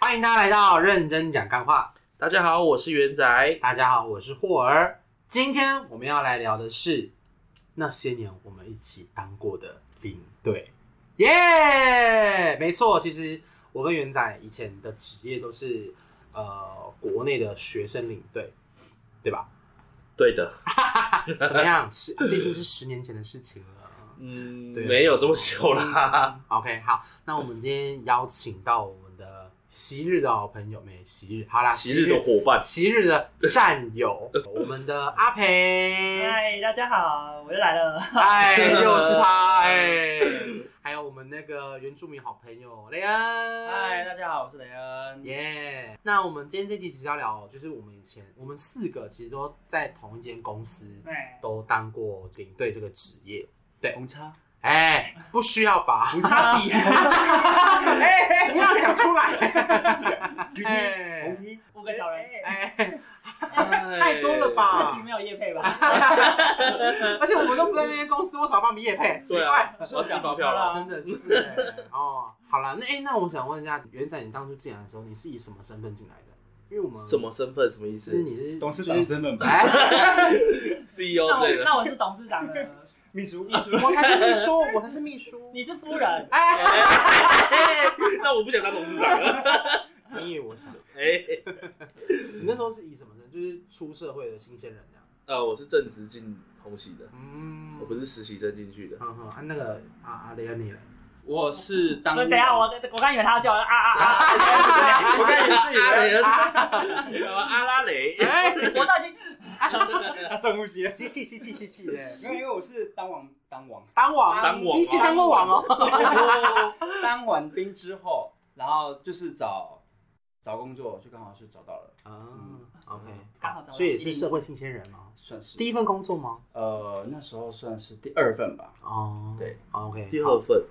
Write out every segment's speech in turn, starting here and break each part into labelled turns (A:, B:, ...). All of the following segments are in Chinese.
A: 欢迎大家来到认真讲干话。
B: 大家好，我是元仔。
A: 大家好，我是霍儿。今天我们要来聊的是那些年我们一起当过的领队。耶、没错，其实我跟元仔以前的职业都是呃国内的学生领队，对吧？
B: 对的，
A: 怎么样？是，毕竟是十年前的事情了。
B: 嗯，
A: 对啊嗯
B: 没有这么久啦。
A: OK，好，那我们今天邀请到我们的昔日的好朋友，没昔日，好啦，
B: 昔日的伙 伴，
A: 昔日的战 友，我们的阿培，
C: 嗨，大家好，我又来了。
A: 哎，又是他，哎， 还有我们那个原住民好朋友雷恩，
C: 嗨，，大家好，我是雷恩。
A: 耶、那我们今天这集其实要聊，就是我们以前我们四个其实都在同一间公司
C: 哎，
A: 都当过领队这个职业，
C: 红叉，
A: 哎，不需要吧？
C: 红 叉喜，哎
A: 不要讲出来，
C: 橘
A: 哎
C: 红梯，五个小人，哎
A: 哎， 太
B: 太
A: 多了吧
C: 这个题没有叶配吧？
A: 哎而且我们都不在那间公司，为什么要帮你也配？奇
B: 对
A: 怪。
B: 啊，我要寄发票了。
A: 真的是、欸、哦。好了，那哎、那我想问一下，元仔，你当初进来的时候，你是以什么身份进来的？因为我们
B: 什么身份？什么意
A: 就
B: 思
A: 是你是
D: 董事长
A: 就是
D: 身份吧，
A: 哎，
B: ？CEO
C: 那我
B: E 之类的。
C: 那我是董事长的
D: 秘书
C: 秘书，
A: 我才是秘书，我才是秘书。
C: 你是夫人。
A: 哎，
B: 那我不想当董事长 了。
A: 你以为我想？
B: 哎，
A: 你那时候是以什么身？就是出社会的新鲜人这样。
B: 呃，我是正职进红喜的，
A: 嗯
B: 我不是实习生进去的。
A: 嗯哼，啊那个啊啊，雷 恩你嘞？
E: 我是当
C: 等一下，我我刚以为他要叫我啊啊啊！
B: 我看你是阿雷，
A: 啊
B: 阿拉蕾。
A: 哎，
C: 我都已经
D: 他深呼吸了。
A: 吸气吸气吸气嘞！
E: 没有，因为我是当王当王，
A: 当网，
B: 当网
A: 你以前当过网 哦。
B: 哦
E: 当完兵之后，然后就是找找工作，就刚好是找到了，
A: 嗯
C: 刚好找
A: ，OK，
C: 到
A: 所以也是社会新鲜人嘛。
E: 算是
A: 第一份工作吗？
E: 呃那时候算是第二份吧。
A: 哦，
E: 对
A: ，OK，
B: 第二份，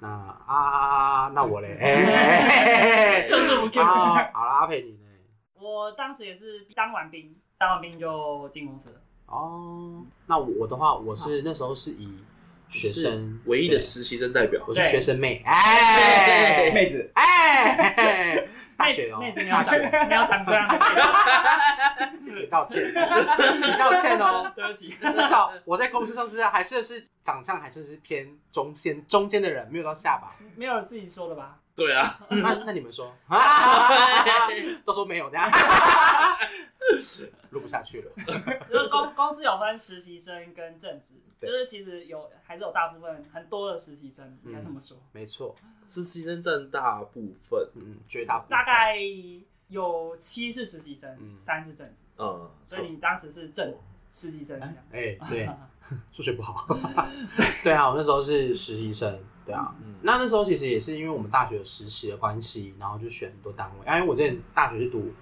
A: 那啊，那我嘞，哎
C: 就是不给
A: 好好啦，阿佩你嘞，
C: 我当时也是当完兵，当完兵就进公司了。
A: 哦，那我的话，我是那时候是以学生
B: 唯一的
A: 对
B: 实习生代表
A: 我。是
C: 对
A: 学生妹，哎，
E: 妹子，
A: 哎，大学哦
C: 妹，子，妹子你要
A: 大
C: 长
A: 学，
C: 你要长这样的脸，
A: 你道歉，你道歉哦。
C: 对不起。
A: 至少我在公司上是还算是长相还算是偏中间中间的人，没有到下巴。
C: 没有自己说的吧？
B: 对啊，
A: 那那你们说，啊都说没有，等一下录不下去了。
C: 就是公公司有分实习生跟正职，
A: 对
C: 就是其实有还是有大部分很多的实习生，
A: 嗯
C: 应该这么说，
A: 没错，
B: 实习生占大部分。
A: 嗯，绝大部分
C: 大概有七是实习生，
A: 嗯
C: 三是正职，
B: 嗯，
C: 所以你当时是正实习生这样。
A: 哎、 对，数学不好。 对啊，我那时候是实习生。对啊，
B: 嗯
A: 那那时候其实也是因为我们大学有实习的关系，然后就选很多单位。啊因为我之前大学是读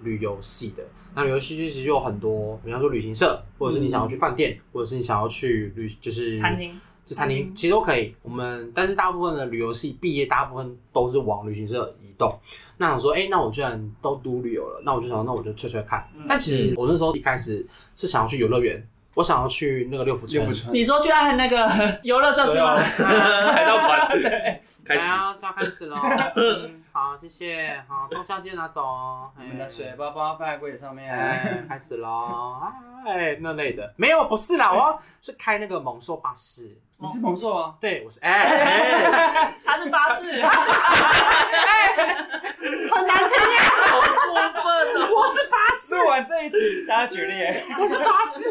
A: 旅游系的，那旅游系其实有很多，比方说旅行社，或者是你想要去饭店，或者是你想要去旅就是
C: 餐厅，
A: 这餐厅
C: 嗯
A: 其实都可以。我们但是大部分的旅游系毕业，大部分都是往旅行社移动。那想说，哎、那我居然都读旅游了，那我就想，那我就吹吹看。
C: 嗯
A: 但其实我那时候一开始是想要去游乐园，我想要去那个六福村。
E: 又不穿
C: 你说去按那个 游乐设施吗？
A: 啊
B: 海盗 船开始
A: 来。啊，就要开 始喽。嗯，好，谢谢。好，东西要记得拿走哦。
E: 你们的
A: 哎
E: 水包包放在柜子上面，
A: 哎，开始喽！哎，那类的没有，不是啦，我要是开那个猛兽巴士。
E: 你是猛兽啊？
A: 对，我是哎，
C: 他是巴 士，
A: 哦很难听呀，
B: 好过分哦！
A: 我是巴士，
E: 录完这一集，大家决裂。
A: 我是巴士，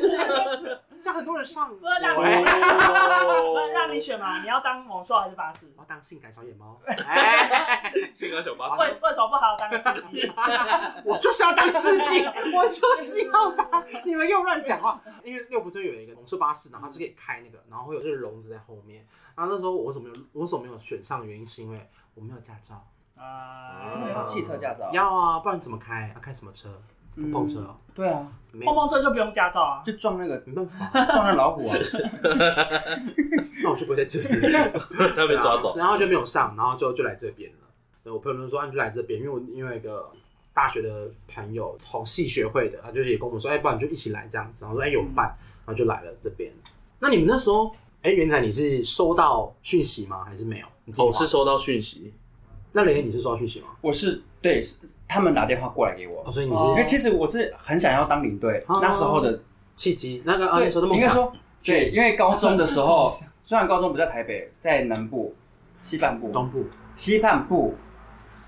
A: 这样很多人上。
C: 不是让
B: 哦
A: 我
C: 你
A: 哎
C: 不是让你选嘛？你要当猛兽还是巴士？
A: 我要当性感小野猫，哎，
B: 性格小巴
C: 为为什么不好好当司 机？
A: 我就是要当司机，我就是要当。你们又乱讲话，因为六福村有一个红色巴士，然后它就可以开那个，然后会有这个笼子在后面。然后那时候我怎么有我怎么没有选上的原因是因为我没有驾照。
C: 啊
E: 那个，要汽车驾照？
A: 要啊，不然你怎么开？要开什么车？碰碰车
E: 嗯
A: 哦，
E: 对啊，
A: 没
C: 碰
A: 有，
C: 碰车就不用驾照啊。
E: 就撞那个
A: 没办法，
E: 撞那老虎啊！
A: 那我就不会在这里。
B: 他
A: 对
B: 被抓
A: 啊
B: 走。
A: 然后就没有上，然后就就来这边了。对我朋友就说，啊你就来这边，因为我因为一个大学的朋友同系学会的，他就是也跟我们说，哎、不然你就一起来这样子。然后说，哎、有办，然后就来了这边。那你们那时候，哎、元仔你是收到讯息吗？还是没有？你自己
B: 我
A: 吗
B: 哦是收到讯息，
A: 那雷你是收到讯息吗？
E: 我是对是他们打电话过来给
A: 哦，
E: 我，
A: 所以你
E: 因为
A: 是
E: 其实我是很想要当领队，
A: 哦
E: 那时候的
A: 契机，那个啊，那
E: 对
A: 时候的梦
E: 应该
A: 想，
E: 说对，因为高中的 时候，虽然高中不在台北，在南部西半部，
A: 东部，
E: 西半部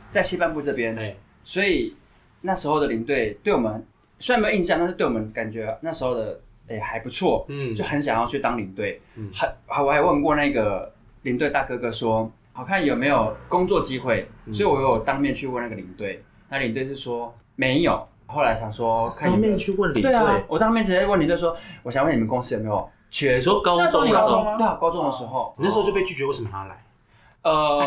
E: 在西半部这边，
A: 哎，
E: 所以那时候的领队对我们虽然没有印象，但是对我们感觉那时候的哎、还不错，
A: 嗯，
E: 就很想要去当领队
A: 嗯。
E: 还还我还问过那个领队大哥哥说，好看有没有工作机会？
A: 嗯
E: 所以我有当面去问那个领队，那领队是说没有。后来想说看有
A: 当
E: 没有
A: 面去问领
E: 对
A: 队，
E: 啊，我当面直接问领队说，我想问你们公司有没有缺？
B: 你说高
C: 那时候
B: 中
C: 你
B: 的
C: 高
B: 时
C: 中
B: 候
C: 吗
E: 对啊，高中的时候，
A: 哦你那时候就被拒绝，为什么还要来？
E: 呃，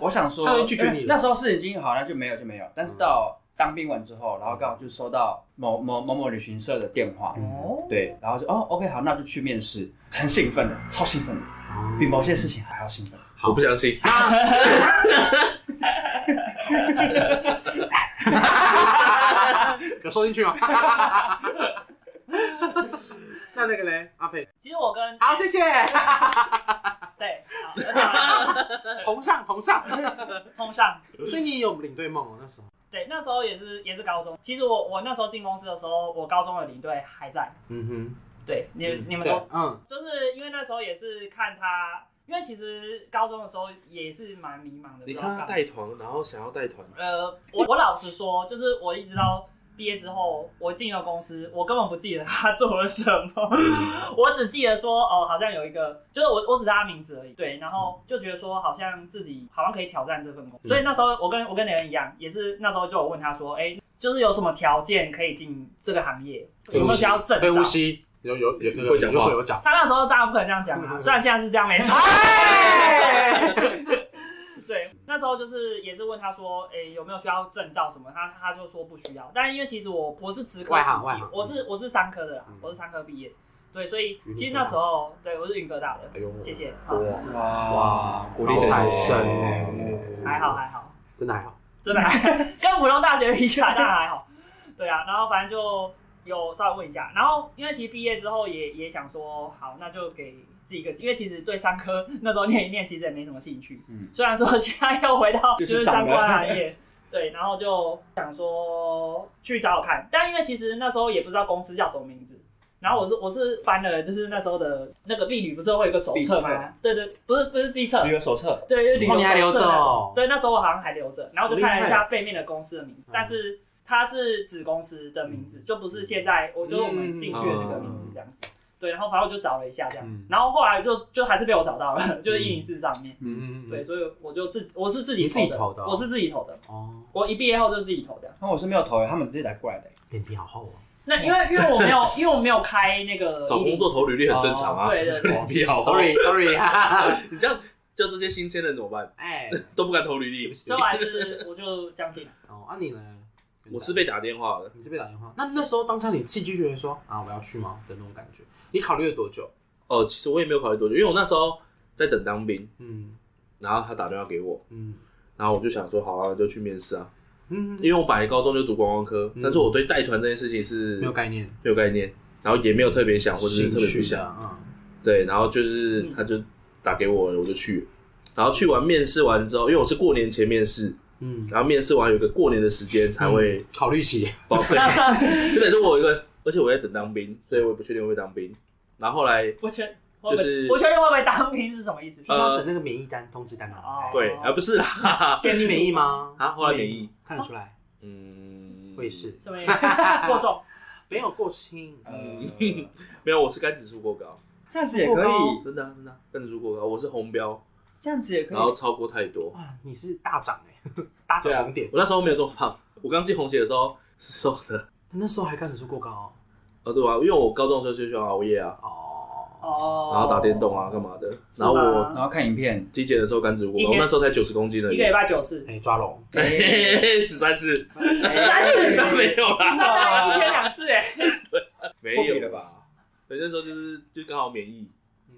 E: 我想说，哎
A: 他会拒绝你了嗯
E: 那时候是已经好，那就没有就没有。但是到当兵完之后，然后刚好就收到某某某某旅行社的电话，
C: 哦，
E: 对，然后就哦，OK，好，那就去面试，很兴奋的，超兴奋的，比某些事情还要兴奋。
A: 好
B: 我不相信，
A: 有收进去吗？ 那那个嘞，阿佩，
C: 其实我跟
A: 好，谢谢，
C: 对，好 我
A: 同
C: 讲完
A: 上同上。
C: 了通上。
A: 所以你也有领队梦哦，那时候，
C: 对，那时候也是也是高中。其实我我那时候进公司的时候，我高中的领队还在。
A: 嗯哼，
C: 对，你、你们
A: 对
C: 都，
A: 嗯，
C: 就是因为那时候也是看他，因为其实高中的时候也是蛮迷茫的。
B: 你
C: 不知道
B: 看他
C: 干嘛
B: 带团，然后想要带团，
C: 呃，我我老实说，就是我一直到毕业之后，我进了公司，我根本不记得他做了什么， 我只记得说哦，好像有一个，就是我我只知道他名字而已，对，然后就觉得说好像自己好像可以挑战这份工，
A: 嗯
C: 所以那时候我跟我跟雷恩一样，也是那时候就有问他说，哎、就是有什么条件可以进这个行业，有没有需要证
A: 会呼
C: 照？
A: 吸，有有有那个
B: 会讲话
A: 有手有脚，
C: 他那时候当然不可能这样讲啊，虽然现在是这样没错。
A: 哎
C: 对，那时候就是也是问他说，诶、有没有需要证照什么？他他就说不需要，但因为其实我我是职科
A: 外
C: 体
A: 行外
C: 系
A: 行，
C: 我是我是商科的啦
A: 嗯，
C: 我是商科毕业，对，所以
A: 云科
C: 其实那时候对我是云科大的，
A: 哎呦，
C: 谢谢，啊
A: 哇，
E: 哇，鼓励
A: 高
E: 的
A: 材生
E: 哦
A: 哎，
C: 还好还好，
A: 真的还好，
C: 真 的还跟普通大学比起来，当然还好。对啊，然后反正就有稍微问一下，然后因为其实毕业之后也也想说，好，那就给自己一个，因为其实对商科那时候念一念，其实也没什么兴趣。
E: 嗯
C: 虽然说现在又回 到
E: 就
C: 就是是
E: 上
C: 相
E: 了
C: 关行业，对，然后就想说去找找看，但因为其实那时候也不知道公司叫什么名字。然后我是我是翻了，就是那时候的那个婢女不是会有一个手册
E: 必
C: 吗？对对，不是不是必册
E: 旅，游手册，
C: 对，就是旅游
A: 哦你还
C: 手
A: 留
C: 册啊
A: 着
C: 那种
A: 哦，
C: 对，那时候我好像还留着，然后就看了一
A: 好厉哦
C: 下背面的公司的名字
A: 嗯，
C: 但是它是子公司的名字，就不是现在我就是我们进去的那个名字这样子。对，然后反正我就找了一下这
A: 嗯
C: 样，然后后来就就还是被我找到了，就是一零四上面。
E: 嗯，
A: 嗯
C: 对，，所以我就自己我是自
A: 你
C: 己
A: 自己
C: 的，
A: 投的哦
C: 我是自己投的，
A: 哦，
C: 我一毕业后就自己投的。
E: 那我是没有投的，他们自己来过来的。
A: 脸皮好厚哦，
C: 那因为因为 我没有因为我没有开那个
B: 找工作
C: 104
B: 投履历很正常啊，
C: 对对对
B: 脸皮好厚。
A: ，sorry sorry，哈哈
B: 你这样叫这些新鲜人怎么办？
A: 哎，
B: 都不敢投履
A: 对不
B: 历。
A: 起
C: 所以我还是我就这样进来。
A: 哦，啊你呢？
B: 我是被打电话的，
A: 你是被打电话，那那时候当下你气拒绝说啊我要去吗的那种感觉，你考虑了多久？
B: 哦，其实我也没有考虑多久，因为我那时候在等当兵，
A: 嗯
B: 然后他打电话给我，
A: 嗯
B: 然后我就想说，好啊，就去面试啊。
A: 嗯，
B: 因为我本来高中就读观光科，
A: 嗯
B: 但是我对带团这件事情是
A: 没有概念，
B: 没有概念，然后也没有特别想或者是
A: 兴
B: 特别不
A: 趣
B: 想。
A: 的，嗯
B: 对，然后就是
C: 嗯
B: 他就打给我，我就去。然后去完面试完之后，因为我是过年前面试，
A: 嗯，
B: 然后面试完有个过年的时间才会
A: 考虑起，
B: 报备，就等于说我有一个，而且我在等当兵，所以我也不确定会不会当兵。然后后来
C: 我确
B: 就
C: 我
B: 是
C: 我确定会不会当兵是什么意思？
A: 就是要等那个免疫单通知单啊
C: 哦。
A: 哎
B: 呃对，啊不是啦，
A: 对你免疫吗？
B: 啊后来免疫，
A: 看得出来，
B: 嗯，
A: 我也 是
C: 什么意思？ 过重。
A: 没有过轻，
B: 嗯
E: 呃，
B: 没有，我是肝指数过高，
E: 这样子也可以，
B: 真的啊真的啊肝指数过高，我是红标，
E: 这样子也可
B: 然后
E: 以。
B: 超过太多。
A: 哇，你是大涨哎， 大
B: 对
A: 涨
B: 啊
A: 红点，，
B: 我那时候没有这么胖，我刚进红鞋的时候是瘦的。
A: 那时候还看指数过高
B: 哦，对啊，因为我高中的时候就喜欢熬夜啊，
A: 哦，
C: 哦，
B: 然后打电动啊，干嘛的。
C: 是
B: 然
C: 吗
B: 后我
E: 然后看 影片，
B: 体检的时候肝指数过
C: 一
B: 高，我
C: 天
B: 那时候才九十公斤而
C: 一
B: 已
C: 个，礼拜九次，
A: 哎，抓龙，
B: 十三次，都没有
C: 你知道大概一天
B: 啦，
C: 两次哎，
B: 没
E: 破壁了
B: 有。
E: 吧？
B: 对，那时候就是就刚好免疫，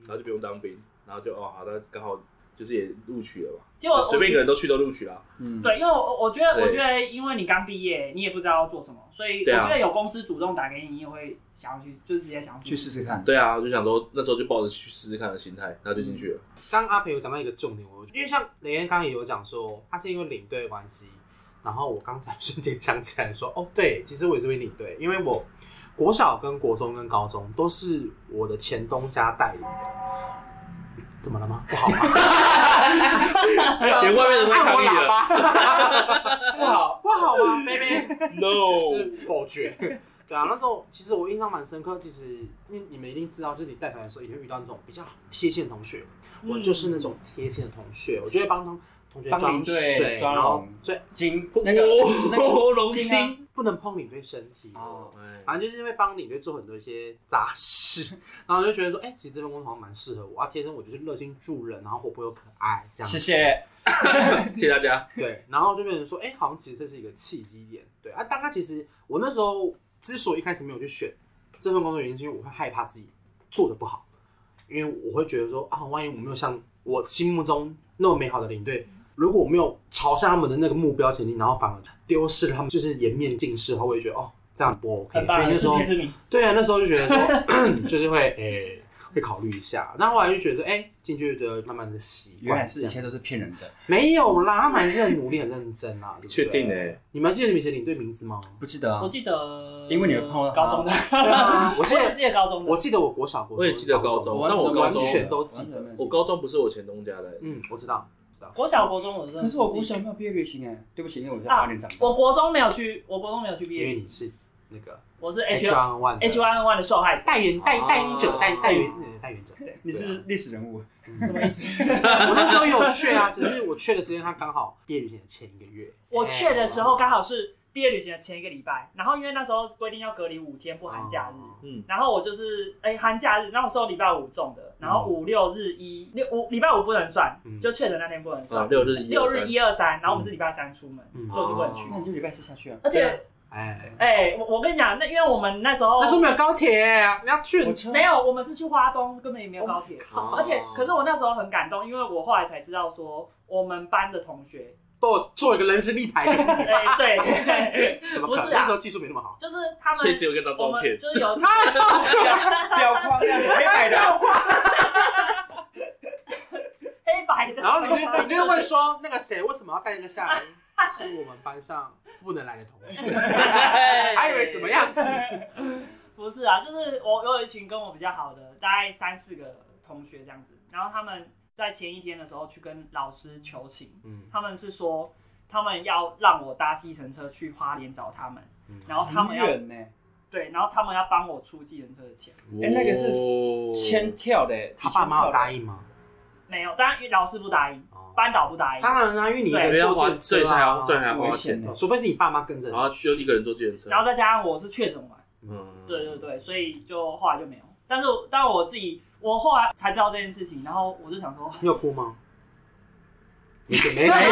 B: 然后
A: 嗯
B: 就不用当兵，然后就哦好，那刚好就是也录取了嘛，
C: 结果
B: 随便一
C: 哦我
B: 个人都去都录取了。
E: 嗯，
C: 对，因为我我觉得，
B: 对
C: 我觉得，因为你刚毕业，你也不知道要做什么，所以我
B: 对啊
C: 觉得有公司主动打给你，你也会想要去，就是直接想要
E: 去试试看。
B: 对啊，就想说那时候就抱着去试试看的心态，然后就进去了。
A: 刚刚阿培有讲到一个重点，我因为像雷恩刚刚也有讲说，他是因为领队的关系，然后我刚才瞬间想起来说，哦，对，其实我也是因为领队，因为我国小跟国中跟高中都是我的前东家带领的。怎么了吗？不好吗？
C: 嗯
B: 连外面人都
A: 按
B: 抗
A: 我
B: 议
A: 喇
C: 啊
B: 了。
A: 叭，不好，不好吗，妹妹？就
E: 嗯
C: 嗯
B: No，
A: 是否 决。对啊，那时候其实我印象蛮深刻，其实因为你们一定知道，就是你带团的时候，也会遇到那种比较贴心的同学。我就是那种贴心的同学，我就会帮同同学
E: 嗯帮领
A: 装
E: 队
A: 水，
E: 装
A: 然后
E: 龙
A: 所以
E: 金
B: 哦
E: 那个那个
B: 龙
E: 金啊
B: 青，
A: 不能碰领队身体
C: 啊
E: 哦
B: 哎
A: 反正就是会帮领队做很多一些杂事，然后我就觉得说，哎、其实这份工作好像蛮适合我啊，天生我就是热心助人，然后活泼又可爱这样子
E: 谢。谢。
B: 谢谢大家。
A: 对，然后就变成说，哎、好像其实这是一个契机点。对啊，大概其实我那时候之所以一开始没有去选这份工作，原因是因为我会害怕自己做的不好，因为我会觉得说，啊，万一我没有像我心目中那么美好的领队，如果我没有朝向他们的那个目标前进，然后反而丢失了他们就是颜面尽失的话，我会觉得哦，这样不 OK。所
C: 很棒，
A: 以那
C: 世
A: 时候
C: 界之名，
A: 对啊，那时候就觉得说， 就是会诶、会考虑一下。那后来就觉得说，哎、进去就觉得慢慢的习惯，
E: 原来是一
A: 这
E: 切
A: 样
E: 都是骗人的，
A: 没有啦，他们还是很努力、很认真啦。对不对啊
B: 确定？哎，
A: 你们还记得你们以前领队名 字吗？
E: 不记得啊
C: 我。记得，
E: 因为你有碰到他
C: 高中的，
A: 对啊，我
C: 我
A: 记
C: 只
A: 得，
C: 记得高中的，
A: 我记得我国小、国中
B: 我也记得高中
E: 完
B: 但我
A: 完
B: 高中
A: 全都记得。
E: 完全没有
B: 我高中不是我前东家的，
A: 嗯，我知道。
C: 国小国中我真的，
E: 可是我国小没有毕业旅行哎，对不起，因为我在
C: 啊
E: 花莲长大。
C: 我国中没有去，我国中没有去毕
A: 因
C: 业
A: 为
C: 旅
A: 你
C: 行，
A: 是那个
C: 我是 H
A: H R One
C: H one N one 的受害者，
A: 代言代代言者
B: 啊
A: 代代言呃代言者。 对，
E: 你是历史人物，
C: 什么意思？
A: 我那时候有去啊，只是我去的时间他刚好毕业旅行的前一个月。
C: 我去的时候刚好是毕业旅行的前一个礼拜，然后因为那时候规定要隔离五天，不含假日。
A: 哦
B: 嗯，
C: 然后我就是哎、寒假日，那时候礼拜五中的，然后五六日一六五礼拜五不能算，
A: 嗯
C: 就确诊那天不能
B: 啊
C: 算，
B: 六日一哦
C: 六日
B: 一，
C: 一二三，然后我们是礼拜三出门，
A: 嗯
C: 所以我就不能去。
E: 那你就礼拜四下去啊。
C: 而
E: 对啊
C: 且
A: 哎，
C: 哎、我我跟你讲，那因为我们那时候
A: 那时候没有高铁，你要去
E: 我车
C: 没有，我们是去花东，根本也没有高铁。
B: 靠
A: 哦
C: 而且，
B: 哦
C: 可是我那时候很感动，因为我后来才知道说，我们班的 同学，
A: 都有做一个人事立 牌的，
C: 哎对对，
A: 怎么可能
C: 不是啊
A: 那时候技术没那么好。
C: 就是他
B: 所以只
C: 们，
B: 有一张
C: 我
B: 照
C: 们
B: 片，
C: 就是有
A: 他超
E: 表框啊，黑白 的，
C: 黑白 的，啊
A: 然后你就你就问说，那个谁为什么要带那个下来？是我们班上不能来的同 学，还以为怎么样 子？
C: 不是啊，就是我有一群跟我比较好的，大概三四个同学这样子，然后他们在前一天的时候去跟老师求情，
A: 嗯，
C: 他们是说他们要让我搭计程车去花莲找他们，
A: 嗯
C: 然后他
E: 很
C: 们要
E: 远呢，
C: 对，然后他们要帮我出计程车的钱，
E: 哎那个是千
B: 千
E: 跳的。
A: 他爸妈有答应吗？
C: 没有，当然因为老师不答应，
A: 哦，
C: 班导不答应，
E: 啊
A: 当然啦，因为你一个
B: 不要
A: 人坐
B: 花，
A: 电
B: 对，
A: 车
B: 还
A: 啊
B: 要，对还要
E: 危
B: 花
E: 险
B: 钱，
E: 呢。
A: 除非是你爸妈跟着你
B: 然后就一个人坐计程车，
C: 然后再加上我是确诊完。
B: 嗯，
C: 对对对，所以就后来就没有。但是当然我自己，我后来才知道这件事情，然后我就想说，
A: 你有哭吗？没血，没
E: 有
A: 血，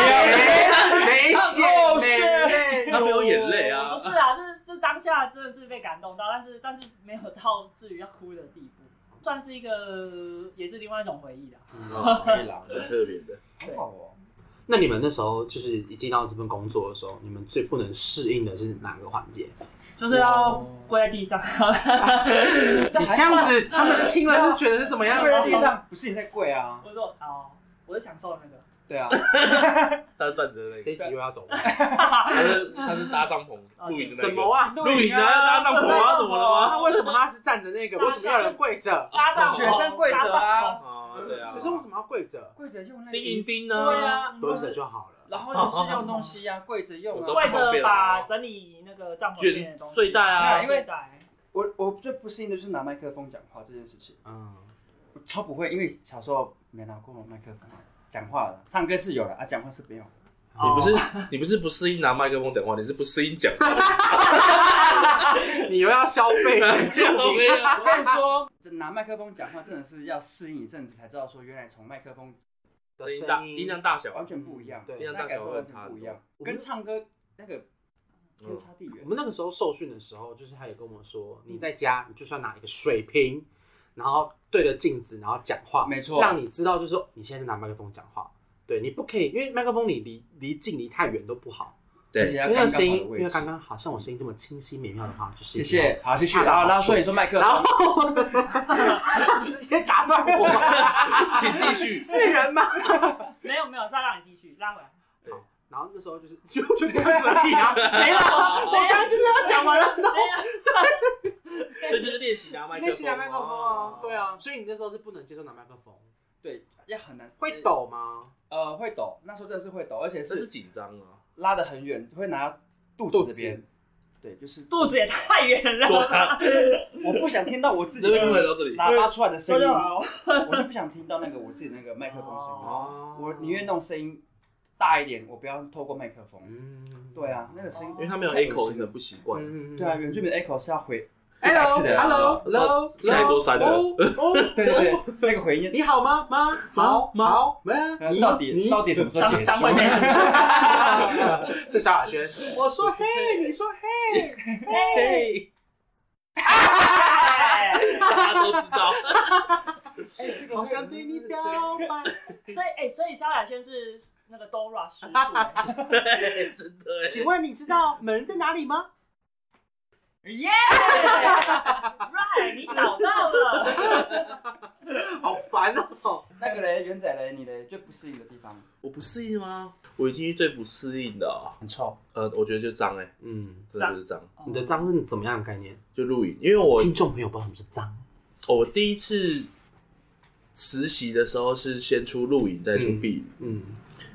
A: 没
E: 哦
A: 血，没
B: 他没有眼泪啊
C: 我不是啊，就是这当下真的是被感动到，但是但是没有到至于要哭的地步，算是一个也是另外一种回忆啦。
B: 嗯，
E: 可以啦，
B: 很特别的。
E: 好好哦。
A: 那你们那时候就是一进到这份工作的时候，你们最不能适应的是哪个环节？
C: 就是要跪在地上，
A: 你这样子，他们听了是觉得是怎么样
E: 跪？在地上，不是你在跪啊？
C: 我说哦，我是享受那个，
E: 对啊，
B: 他是站着的那
A: 这一
B: 个，
A: 集又要走 了，
B: 他是他是搭帐篷露营的
A: 什
B: 那
A: 么
B: 个，
A: 啊？
B: 露营啊搭帐篷啊，怎么了
A: 那
B: 吗？
A: 为什么他是站着那个？为什么要有人跪着？
C: 搭帐篷
E: 学生跪着啊，
B: 啊，对啊
A: 可，是为什么要跪着？
E: 跪着用那个
B: 钉银钉
E: 对
B: 呢？，
E: 啊，
A: 蹲着就好了。
E: 然后就是用东西啊，跪着用
B: 我
E: 啊
B: 说。
C: 跪着把整理那个帐篷里面
B: 卷
C: 的东西，
B: 睡袋
E: 没有
B: 啊，
E: 因为
C: 睡袋
E: 我我最不适应的就是拿麦克风讲话这件事情，
A: 嗯，
E: 我超不会，因为小时候没拿过麦克风讲话的，唱歌是有的啊，讲话是没有。
A: 哦
B: 你不是你不是不适应拿麦克风讲话，你是不适应讲话。
A: 你又要消费原住
B: 就没
A: 民？
B: 有
E: 我跟你说，这拿麦克风讲话真的是要适应一阵子才知道，说原来从麦克风
A: 的
B: 声音大，
A: 声音
B: 音量大小啊
E: 完，全不一样，
A: 对
E: 那感受完全不一样，
A: 我们
E: 跟唱歌那个天
B: 嗯
E: 差地
A: 我
E: 远。
A: 们那个时候受训的时候，就是他也跟我们说，你在家你就是要拿一个水瓶，然后对着镜子，然后讲话，
E: 没错
A: 让你知道就是说你现在是拿麦克风讲话，对你不可以，因为麦克风你离离近离太远都不好，
B: 对
E: 而且
A: 因
E: 要
A: 为
E: 刚
A: 那
E: 刚
A: 声音
E: 好的，
A: 因
E: 位
A: 为
E: 置
A: 刚。刚好像我声音这么清晰美妙的话，就是
E: 谢
A: 一定
E: 谢，好，谢谢。
A: 恰到
E: 然后，
A: 好
E: 然后
A: 处
E: 所以你说麦克
A: 要。然
E: 风，
A: 后 直接打断我，
B: 请继续。
A: 是人吗？
C: 没有没有，再让你继续拉回来。
A: 然后那时候就是就就这样子而已啊，没了啊，我刚刚就是要讲完了。
C: 没有
B: 所以就是练习拿麦克风。哦
A: 练习拿麦克风啊，对。啊，所以你那时候是不能接受拿麦克风，
E: 对，也很难
A: 会，抖吗？
E: 呃，会抖，那时候真的是会抖，而且
B: 这是
E: 是
B: 紧张 啊。
E: 拉得很远，会拿肚
A: 肚
E: 子
A: 子
E: 这边，对，就是
C: 肚子也太远了，
B: 对啊，
E: 我不想听到我自己
B: 这是不能到这里。
E: 喇叭出来的声
C: 说
E: 音
C: 就，好了。
E: 我就不想听到那个我自己那个麦克风声音，
A: 哦
E: 我宁愿弄声音大一点，我不要透过麦克风。
A: 嗯
E: 对啊，那个声音
C: 因
B: 因为他没有 echo，你可能不习惯。
A: 嗯
E: 对啊，原住民的 echo 是要回，
A: ，hello
E: 是的
A: hello hello，
B: 下一周三了
A: 哦哦，
E: 对对对，那个回音，
A: 你好吗？妈，好
B: 妈
A: 好，妈，你
E: 呃到
A: 你
E: 底到底什么时候结
C: 当当外
E: 束？
C: 面是不是？
A: 是萧亚轩，我说嘿，你说嘿，嘿，
C: 哎
B: 大家都知 道。
A: 好想对你表白。
C: 所以哎，所以萧亚轩是那个 Dora 始祖哎。
B: 对真的欸。
A: 请问你知道门人在哪里吗？
C: 耶，Right，你找到了。
A: 好烦哦。
E: 那个嘞，元仔嘞，你嘞最不适应的地方，
B: 我不适应吗？我已经是最不适应的啊。
E: 很臭，
B: 呃，我觉得就脏哎，
A: 嗯，
B: 真的就是脏。
A: 你的脏是怎么样的概念？
B: 就录影，因为我
A: 听众朋友不知道什么是脏，
B: 我第一次实习的时候是先出录影再出避雨，
A: 嗯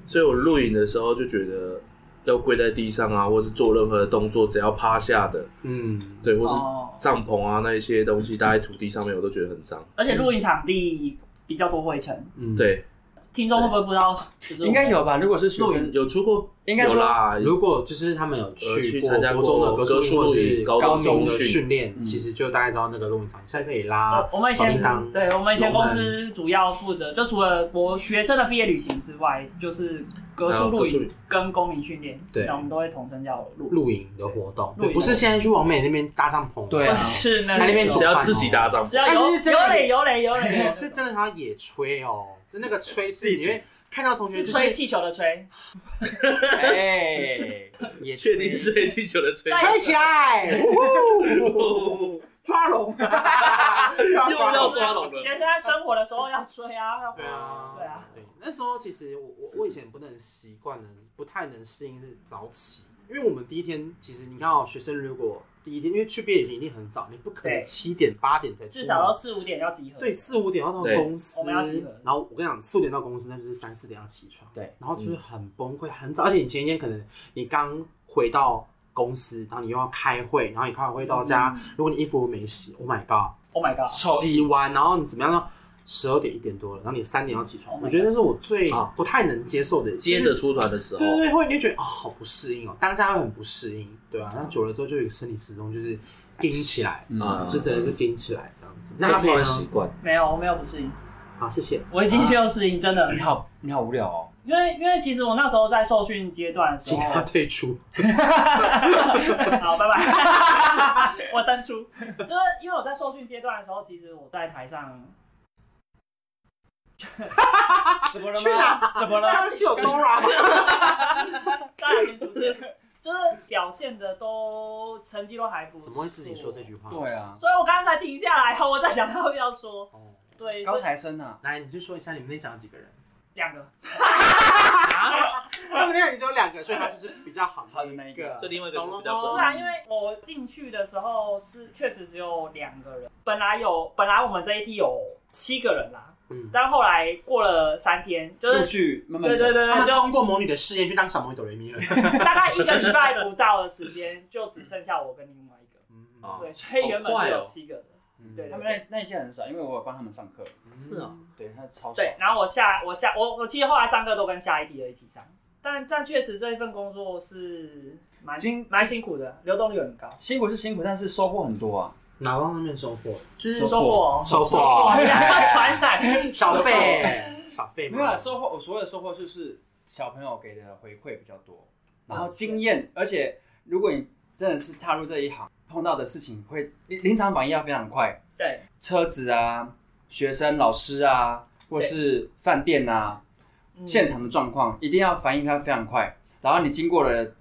B: 所以我录影的时候就觉得要跪在地上啊，或是做任何的动作，只要趴下的，
A: 嗯，
B: 对，或是
C: 哦，
B: 帐篷啊那一些东西搭在土地上面，我都觉得很脏。
C: 而且露营场地比较多灰尘，
A: 嗯，
B: 对，
C: 听众会不会不知道？就是
E: 应该有吧？如果是学
C: 录
E: 生，
B: 有出过，
E: 应该
B: 有
E: 说
B: 啦，
A: 如果就是他们有
B: 呃
A: 去
B: 去
A: 过
B: 参加
A: 国中的
B: 过
A: 歌术
B: 歌术
A: 或
B: 录
A: 是
B: 影高
A: 高中
B: 中
A: 的
B: 训
A: 训练，
E: 嗯
A: 其实就大概知道那个录影场现在可以拉
C: 哦我我们以
A: 小
C: 前
A: 叮当，
C: 对，我们以前
A: 龙
C: 公
A: 门
C: 司主要负责，就除了我学生的毕业旅行之外，就是格数露
B: 还有格数
C: 营跟公民训练，
A: 对
C: 那我们都会统称叫露营，
A: 露营的活动，
C: 露营
A: 对不是现在去王美那边搭帐篷，
E: 对
C: 或
E: 啊
C: 者是那
A: 在那边
C: 种
A: 煮
B: 只要自己搭帐
C: 只
B: 篷，
C: 要
A: 但
C: 有
A: 是真的
C: 有嘞有嘞有嘞，有
A: 我
C: 嘞
A: 是真的想要野炊哦，就那个炊是你会看到同学
C: 是
A: 就
C: 吹
A: 是
C: 气球的吹，
E: 哎，也
B: 确定是吹气球的吹。
A: 吹起来，呜呼抓龙，又要
B: 又
A: 抓
B: 要
A: 龙。
B: 抓龙了，
C: 学生在生活的时候要吹啊，要
A: 对啊，
C: 对啊，
A: 对。那时候其实我我我以前不能习惯的，不太能适应是早起，因为我们第一天其实你看哦，学生如果第一天因为去毕业旅行一定很早，你不可能
C: 对
A: 七点八点才出门，
C: 至少要四五点要集合，
A: 对四五点要到
B: 对
A: 公司，
C: 我们要集合
A: 然后我跟你讲，四五点到公司，那就是三四点要起床，
E: 对，
A: 然后就是很崩溃，很早，而且你前一天可能你刚回到。公司，然后你又要开会，然后你开完会到家，
C: 嗯
A: 如果你衣服没洗，Oh my god，
C: ，Oh my god，
A: 洗完，然后你怎么样呢？十二点一点多了，然后你三点要起床
C: Oh my
A: 我觉得那是我最
B: 啊
A: 不太能接受的。
B: 接
A: 就
B: 着
A: 是
B: 出团的时候
A: 对，对对，会你就觉得哦，好不适应哦，当下会很不适应，对啊。那久了之后就有一个生理时钟，就是盯起来，
B: 啊
A: 就真的是盯起来这样子。嗯那他啊
B: 慢
A: 培
B: 慢
A: 呢？
B: 习惯。
C: 没有我没有不适应，
A: 好，谢谢。
C: 我一进去就适应，真
A: 啊
C: 的
E: 你，好，你好无聊哦。
C: 因为因为其实我那时候在受训阶段的时
A: 请
C: 候，
A: 他退出。
C: 好，拜 拜。我登出，就是因为我在受训阶段的时候，其实我在台上，
E: 怎么了
A: 去哪？
E: 怎么了？
A: 当时有 Dora 吗？
C: 当然先出现，就是表现的都成绩都还不。
A: 怎么会自己说这？句话？，
E: 对啊，
C: 所以我刚才停下来，我在想要不要说。
A: 哦，
C: 对，
E: 高
C: 所以
E: 材生啊，
A: 来，你就说一下你们那讲了几个人？
C: 两个，
A: 他们那里只有两个，所以他就是比较好
E: 好的那一个
B: 就另外一个
A: 懂了
B: 比较
A: 吗
B: 不
C: 不啊
E: 哦
C: 然因为我进去的时候是确实只有两个人，本来有本来我们这一梯有七个人啦，
A: 嗯，
C: 但后来过了三天，就
E: 陆
C: 是
E: 续慢慢
C: 对
E: 走
C: 对对，
A: 他
C: 对，
A: 们
C: 就
A: 通过魔女的试验去当小魔女哆瑞 咪了。
C: 大概一个礼拜不到的时间，就只剩下我跟另外一个。
A: 嗯
B: 哦
C: 对，所以原本是有七个的。对
E: 他们那那一届很少，因为我有帮他们上课，
B: 是啊
E: 对他超少。
C: 对，然后我下我下我我记得后来上课都跟下一题的一起上，但但确实这一份工作是蛮
E: 今
C: 蛮辛苦的，流动率很高，
E: 辛苦是辛苦，但是收获很多啊。
A: 哪方面收获？
C: 就是
E: 收获
C: 收获
A: 收获
C: 哦获，不要传染，
A: 小费，小费
E: 没有啊，收获，我所有的收获就是小朋友给的回馈比较多，然后经验，而且如果你真的是踏入这一行，碰到的事情会临临场反应要非常快，
C: 对，
E: 车子啊、学生、老师啊，或是饭店啊，
C: 嗯
E: 现场的状况一定要反应它非常快。然后你经过了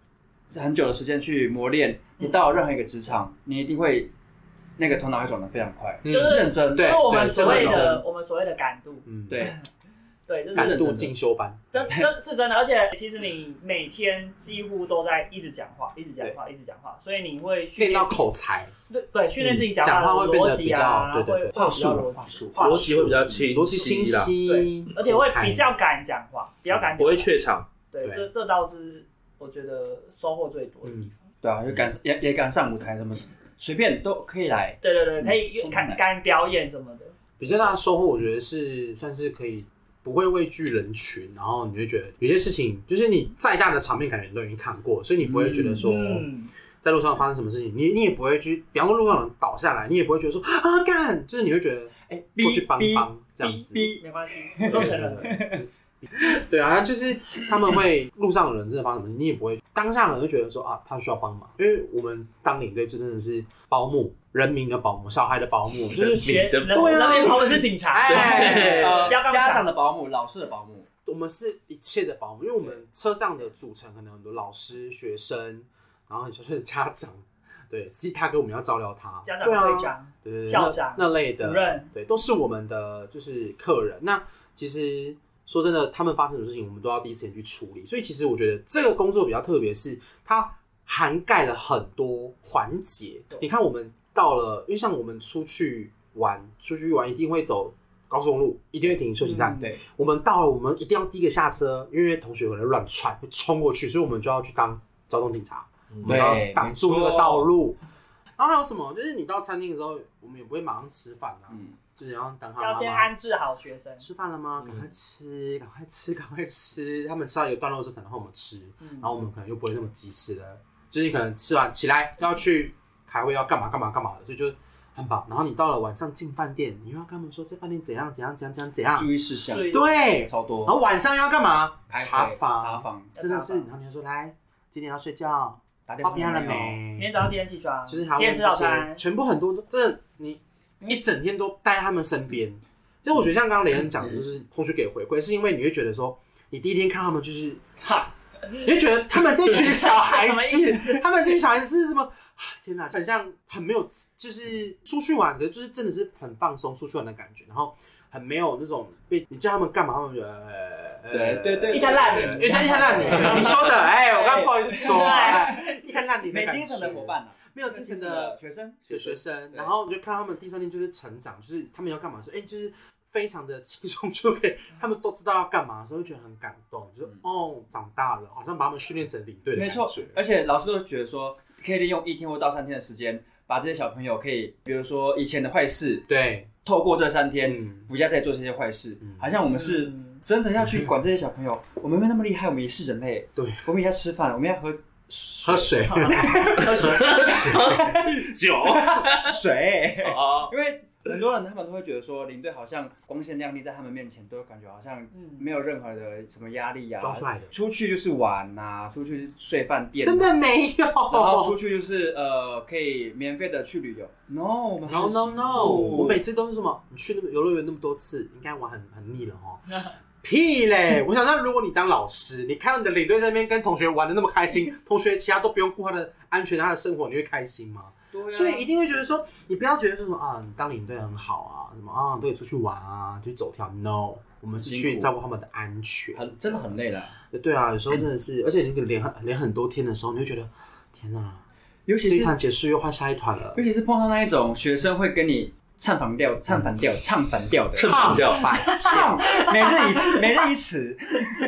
E: 很久的时间去磨练，你到任何一个职场，你一定会那个头脑会转得非常快，
A: 嗯
C: 就是
E: 认真
A: 对
C: 就是我们
A: 对
C: 所谓
A: 真的
C: 的我们所谓的感度，
A: 嗯，
E: 对，
C: 对，就是
A: 感度进修班，
C: 真真是真的，而且其实你每天几乎都在一直讲话，一直讲话，一直讲话，所以你会训
A: 练
C: 练
A: 到口才，
C: 对对训练自己
A: 讲
C: 话
A: 话
C: 的
A: 会变
C: 逻
A: 得比
C: 辑
A: 较
C: 啊，
A: 对对
C: 会
A: 对，
C: 会比较逻辑
A: 话术，
B: 逻辑会比较清晰啦
A: 逻辑清晰
C: 对，而且会比较敢讲话，
A: 嗯
C: 比较敢讲话
B: 不会怯场。
C: 对，
A: 对
C: 这这倒是我觉得收获最多的地
A: 嗯
C: 方。
E: 对啊，也敢也也敢上舞台，什么随便都可以来。
C: 对对对，可以
E: 嗯
C: 敢敢表演什么的。
A: 比较大的收获，我觉得是算是可以不会畏惧人群，然后你会觉得有些事情，就是你再大的场面，感觉你都已经看过，所以你不会觉得说、
C: 嗯，
A: 在路上发生什么事情，你你也不会去，比方说路上有人倒下来，你也不会觉得说啊干，就是你会觉得
E: 哎，
A: 过去帮帮这样子。
E: 哔
C: 没关系，都承 认了。
A: 对啊，就是他们会路上有人真的发生什么事，你也不会当下可能会觉得说啊，他需要帮忙，因为我们当领队真的是保姆，人民的保姆，小孩的保姆，就是
C: 学
B: 对
C: 人那边跑的是警察，
A: 啊哎
E: 呃
C: 不要，刚
E: 家长的保姆、老师的保姆，
A: 我们是一切的保姆，因为我们车上的组成可能很多老师、学生，然后就是家长，对，C 大哥我们要照料他，
C: 家长
A: 对
C: 会
A: 啊，
C: 长、
A: 对对对，
C: 校长
A: 那那类的
C: 主任，
A: 对，啊都是我们的就是客人。那其实说真的，他们发生的事情，我们都要第一时间去处理。所以其实我觉得这个工作比较特别，是它涵盖了很多环节
C: 对。
A: 你看，我们到了，因为像我们出去玩，出去玩一定会走高速公路，一定会停休息站。
C: 嗯
E: 对，
A: 我们到了，我们一定要第一个下车，因为同学可能乱窜，会冲过去，所以我们就要去当交通警察。我
B: 嗯
A: 们
E: 对
A: 要挡住那
E: 没
A: 个
E: 错
A: 道路。然后还有什么？就是你到餐厅的时候，我们也不会马上吃饭啊，
E: 嗯，
A: 就是要等他妈
C: 要先
A: 妈
C: 安置好学生。
A: 吃饭了吗？
B: 嗯
A: 赶快吃， 赶快吃，赶快吃。他们吃到一个段落之后，才能让我们吃，
C: 嗯
A: 然，后我们可能又不会那么及时了。就是你可能吃完起来要去开会，要干嘛干嘛干嘛的，所以就很棒。然后你到了晚上进饭店，你又要跟他们说这饭店怎样怎样怎样怎样怎样，
E: 注意事项
C: 对
A: 对。
E: 超多，
A: 然后晚上又要干嘛？
E: 开会
A: 查房，
E: 查房，
A: 真的是。然后你要说来，几点要睡觉？
E: 打电
A: 包
E: 话
A: 平安了
E: 没有？
A: 没？
C: 明天早上几点起床？
A: 就是
C: 几
A: 还会
C: 点啊吃早餐？
A: 全部很多都这你一整天都待在他们身边。其实我觉得像刚刚雷恩讲的，就是同学给回馈，是因为你会觉得说，你第一天看他们就是，哈，你会觉得他们这群小孩
C: 什么
A: 子，他们这群小孩子是什么？啊天哪，很像很没有，就是出去玩，可是就是真的是很放松出去玩的感觉，然后很没有那种被你叫他们干嘛，他们觉得呃
E: 对对对
C: 一滩烂泥
A: 一滩一滩烂泥，你说的，哎，我刚刚不好意思说，
C: 对
A: 哎一滩烂泥，
E: 没精神的伙，伴啊，
A: 没有精神的
E: 学生，
A: 的学生，
E: 对
A: 然后你就看他们第三天就是成长，就是他们要干嘛，说哎、就是非常的轻松就可以，他们都知道要干嘛，所以就觉得很感动，就是、
E: 嗯
A: 哦，长大了，好像把他们训练成领队的
E: 没
A: 感
E: 错
A: 觉，。
E: 而且老师都觉得说，可以利用一天或到三天的时间，把这些小朋友可以，比如说以前的坏事，
A: 对，
E: 透过这三天，
A: 嗯，
E: 不要再做这些坏事
A: 嗯。
E: 好像我
C: 我
E: 们是真的要去管这些小朋友，我们没那么厉害，我们也是人类，
A: 对，
E: 我们也要吃饭，我们要喝
A: 喝 水，
B: 酒
E: 水，
B: 啊，
E: 因为很多人他们都会觉得说，领队好像光鲜亮丽，在他们面前都感觉好像
C: 嗯，
E: 没有任何的什么压力呀、
A: 装帅的，
E: 出去就是玩呐、出去睡饭店、啊
A: 真。的没有，
E: 然后出去就是呃，可以免费的去旅游。No，我们很
A: No no
E: 辛
A: no！
E: 苦
A: 我每次都是什么？你去那么游乐园那么多次，应该玩很很腻了哦。 屁嘞！我想说，如果你当老师，你看到你的领队在那边跟同学玩的那么开 心，同学其他都不用顾他的安全、他的生活，你会开心吗？
E: 对啊
A: 所以一定会觉得说，你不要觉得说什么啊，你当领队很好啊，什么啊，都可以出去玩啊，去走跳。No，我们是
E: 辛
A: 去
E: 苦
A: 照顾他们的安全。
E: 很真的很累了，
A: 对啊，有时候真的是，而且你连很连很多天的时候，你会觉得天哪、
E: 尤
A: 这
E: 其
A: 一
E: 是
A: 团结束又换下一团了
E: 尤。其是碰到那一种学生会跟你唱反调、唱反调、唱反调的，
B: 趁反掉，
E: 唱每日一每日一词，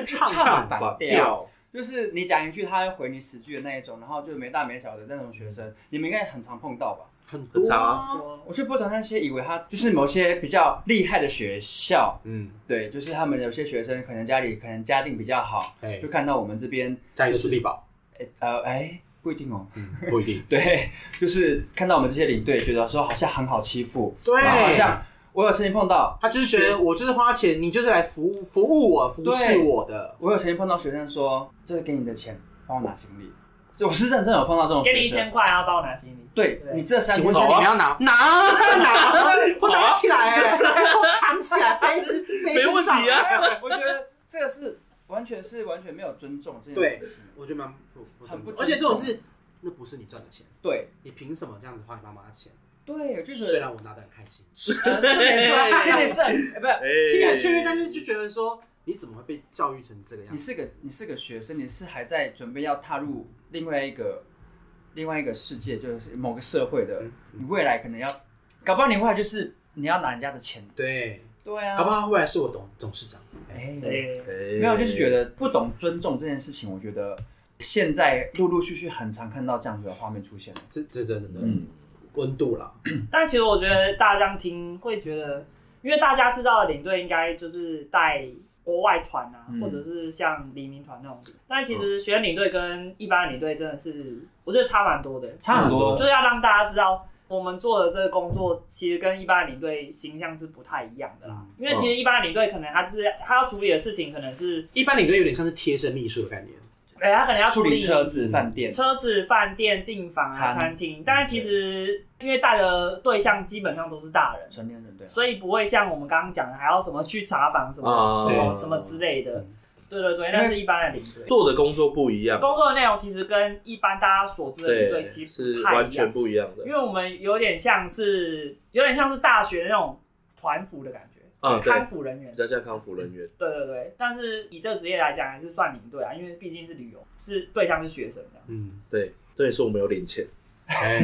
A: 唱
E: 唱
A: 反
E: 反调。
B: 掉，
E: 就是你讲一句，他会回你十句的那一种，然后就没大没小的那种学生，你们应该很常碰到吧？
A: 很多
B: 很长啊，
E: 我就不懂那些以为他就是某些比较厉害的学校，
A: 嗯，
E: 对，就是他们有些学生可能家里可能家境比较好，
A: 哎
E: 就，看到我们这边，
A: 加油是力宝。
E: 诶呃，哎，不一定哦，。
A: 嗯，不一定
E: 对，就是看到我们这些领队，觉得说好像很好欺负，
A: 对
E: 然后好像我有曾经碰到，
A: 啊他就是觉得我就是花钱，你就是来服务服务我、服侍我的。
E: 我有曾经碰到学生说，这是给你的钱，帮我拿行李，这我是认真有碰到这种
C: 给你
E: 学
C: 一
E: 千。
C: 千块，然后帮我拿行李。
E: 对
C: 对
E: 你这三
A: 请
E: 天
A: 问一下，你
E: 好
A: 们
E: 啊
A: 要拿拿拿， 我拿起来欸，我扛起来，没
B: 没问题啊。
E: 我觉得这个是完全是完全没有尊重这
A: 对
E: 件事情。
A: 我觉得蛮不不
E: 很不
A: 而且这种
E: 尊重
A: 事，那不是你赚的钱，
E: 对
A: 你凭什么这样子花你爸妈的钱？
E: 对，我就
A: 虽
E: 是
A: 然我拿的很开心，
E: 呃是没 错，心里是很哎不是，
A: 心
B: 心
A: 里很雀跃，但是就觉得说你怎么会被教育成这个样
E: 你
A: 子？
E: 是个你是个学生，你是还在准备要踏入另外一个另外一个世界，就是某个社会的
A: 嗯，
E: 你未来可能要，搞不好你未来就是你要拿人家的钱。
A: 对，
E: 对啊，
A: 搞不好未来是我董董事长。哎，
E: 哎，
C: 对，
B: 没
E: 没有，就是觉得不懂尊重这件事情，我觉得现在陆陆续续很常看到这样子的画面出现了。
A: 这这真的
E: 嗯，
A: 温度啦，
C: 但其实我觉得大家这样听会觉得，因为大家知道的领队应该就是带国外团啊，
E: 嗯哦
C: 或者是像黎明团那种。但其实学院领队跟一般的领队真的是，我觉得差蛮多的，
E: 差嗯很多
C: 就。是要让大家知道。我们做的这个工作，其实跟一般的领队形象是不太一样的啦。因为其实一般的领队可能他就是哎他要处理的事情，可能是，
A: 一般领队有点像是贴身秘书的概念。
C: 哎、他可能要
E: 处
C: 处
E: 理
C: 理
E: 车子、饭店，
C: 车子、饭店、订房啊、
E: 餐
C: 餐厅，但是其实因为带的对象基本上都是大人，
E: 成年人对啊，
C: 所以不会像我们刚刚讲的还要什么去查房什么、
B: 啊
C: 什么
A: 对
C: 什么之类的
A: 嗯。
C: 对对对，
E: 因为
C: 那是一般的领队。
B: 做的工作不一样，
C: 工作的内容其实跟一般大家所知的领队
B: 对，
C: 其实
B: 是
C: 不太
B: 完
C: 一
B: 全
C: 样，
B: 不一样的
C: 因。为我们有点像是有点像是大学那种团服的感觉，
B: 嗯，对
C: 看，服人员
B: 比。较像康复人员。
C: 对对对，但是以这个职业来讲，还是算领队啊，因为毕竟是旅游，是对象是学生的。
A: 嗯，
B: 对，所以说我们有领钱，
A: 哎，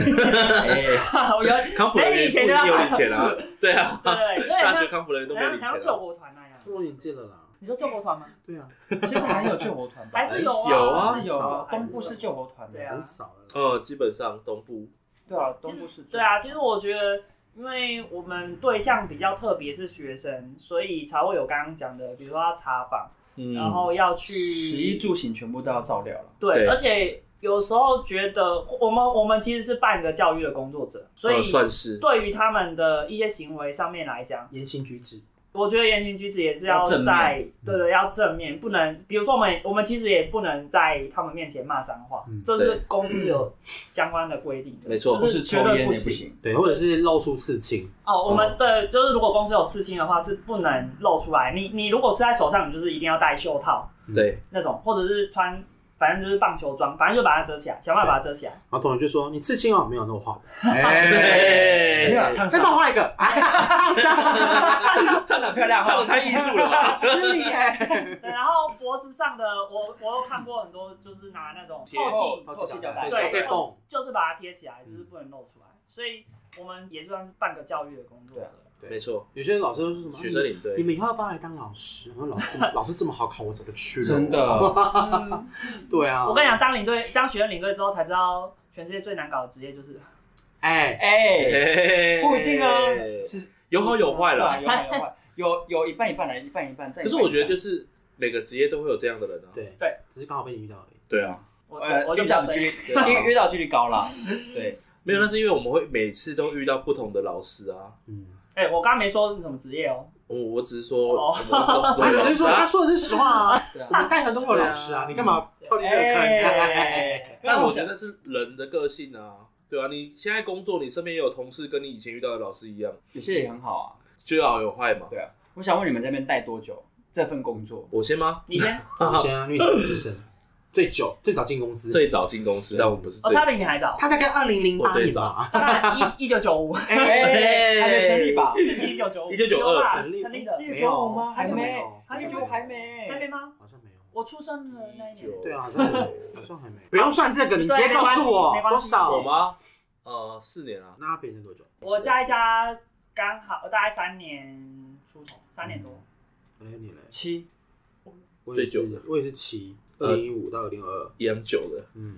C: 我有
B: 康复人员
C: 哎
B: 不
C: 以
B: 一
C: 前
B: 定
C: 就要
B: 有领钱啊。 对啊，
C: 对对，对有点
B: 大
C: 像
B: 学康复人员都没有
C: 好
B: 领
C: 像
B: 钱
C: 救
B: 啊。
C: 国团那样。
A: 我眼界了啦。
C: 你说救国团吗？
A: 对啊，
E: 现在还有救火团吧？
C: 还是
B: 有啊
E: 还是有啊，
C: 还是有
E: 东部是救火团的
C: 对啊
A: 很少了啦。
B: 呃，基本上东部
E: 对啊，东部是
C: 对啊，其实我觉得，因为我们对象比较特别是学生，所以才会有刚刚讲的，比如说要查访，
B: 嗯
C: 然后要去
E: 食衣住行全部都要照料了。
C: 对，
B: 对
C: 而且有时候觉得我们我们其实是半个教育的工作者，所以
B: 呃算是
C: 对于他们的一些行为上面来讲，
A: 言行举止，
C: 我觉得言行举止也是要
E: 要正面
C: 在对对要正面，不能比如说我们我们其实也不能在他们面前骂脏话，
A: 嗯
C: 这是公司有相关的规定的，
B: 没错
C: 就
E: 不
C: 是
E: 是
C: 绝
E: 抽
C: 对
E: 烟也不
C: 行。
E: 行，
A: 对，或者是露出刺青，
C: 哦，我们对，就是如果公司有刺青的话，是不能露出来。你你如果刺在手上，你就是一定要戴袖套
B: 对，
C: 那种，或者是穿，反正就是棒球装，反正就把它遮起来，想办法把它遮起来。
A: 然后同学就说：“你刺青哦，没有那么画的。”
B: 哎
E: 没有啊 烫
A: 再帮
E: 伤，
A: 我画一个， 哎，烫伤，
E: 烫的漂亮
B: 看
E: 哈
B: 得。太艺术了吧？
A: 失礼哎。
C: 对，然后脖子上的，我我有看过很多，就是拿那种
B: 贴
C: 透气，
E: 透气胶带
C: 对
A: 被蹦，
C: 就是把它贴起来，就是不能露出来。所以我们也算是半个教育的工作者。
B: 没错，
A: 有些老师都说什么
B: 学生领
A: 你
B: 队，
A: 们以后要不要来当老师？我说老 师，老师这么好考，我早就去了。
E: 真，的，
C: 嗯
A: 对啊。
C: 我跟你讲，，当领队，当学院领队之后，才知道全世界最难搞的职业就是
A: 哎，
E: 哎，
B: 嘿
E: 不一定啊，是
B: 有好有坏啦。
E: 对啊有好有坏，有有一半一半来，一半一半再一半一半。
B: 可是我觉得就是每个职业都会有这样的人啊。
A: 对
C: 对，
A: 只是刚好被你遇到而已。
B: 对啊，
C: 我我
E: 呃
C: 就
E: 遇
C: 比
E: 到
C: 较
E: 的
C: 衰
E: 几率，因为遇到的几率高啦。对，
B: 没有，那是因为我们会每次都遇到不同的老师啊。
A: 嗯，
C: 哎、我刚刚没说是什么职业哦。
B: 我我只是说，
C: 哦
B: 我们都
A: 他啊只是说他说的是实话啊，
E: 对啊
A: 我们带团都会有老师啊，
E: 对啊
A: 你干嘛跳进这个坑？
E: 哎，
B: 但我觉
E: 得
B: 得是人的个性啊，对啊，你现在工作，你身边也有同事跟你以前遇到的老师一样，
E: 有些也很好啊。
B: 就有好有坏嘛。
E: 对啊，我想问你们这边带多久这份工作？
B: 我先吗？
C: 你先，
A: 你先啊，因为你是资深， 最久最早进公司，
B: 最早进公司，但我不是
C: 哦，
B: 最
C: 他比你还早，
A: 他大概二零零八
B: 我最
A: 年
B: 早
A: 吧，啊
C: 他大一一九九 五，
E: 哎，还没成立吧？
C: 是一九九五，
B: 1992
C: 成立成立的，
E: 一
A: 没
E: 九九五
A: 有
E: 吗？还
A: 好像没
E: 没
A: 有，
E: 一九九五还，没，
C: 还没吗？
A: 好像没有，
C: 我出生的那一年，
A: 对 啊，好像没有好像还没，不用算这个，你直
C: 对
A: 接告诉我
C: 没关
A: 多
C: 系
A: 少
B: 我？吗？呃，四年啊，
A: 那别人多久？
C: 我加一加，刚好大概三年出头，三年多。
A: 我来哎你嘞，
E: 七，
A: 我也是
B: 最久的，
A: 我也是七，
B: 呃
A: 二零一五到二零二二，
B: 一样久的。
A: 嗯，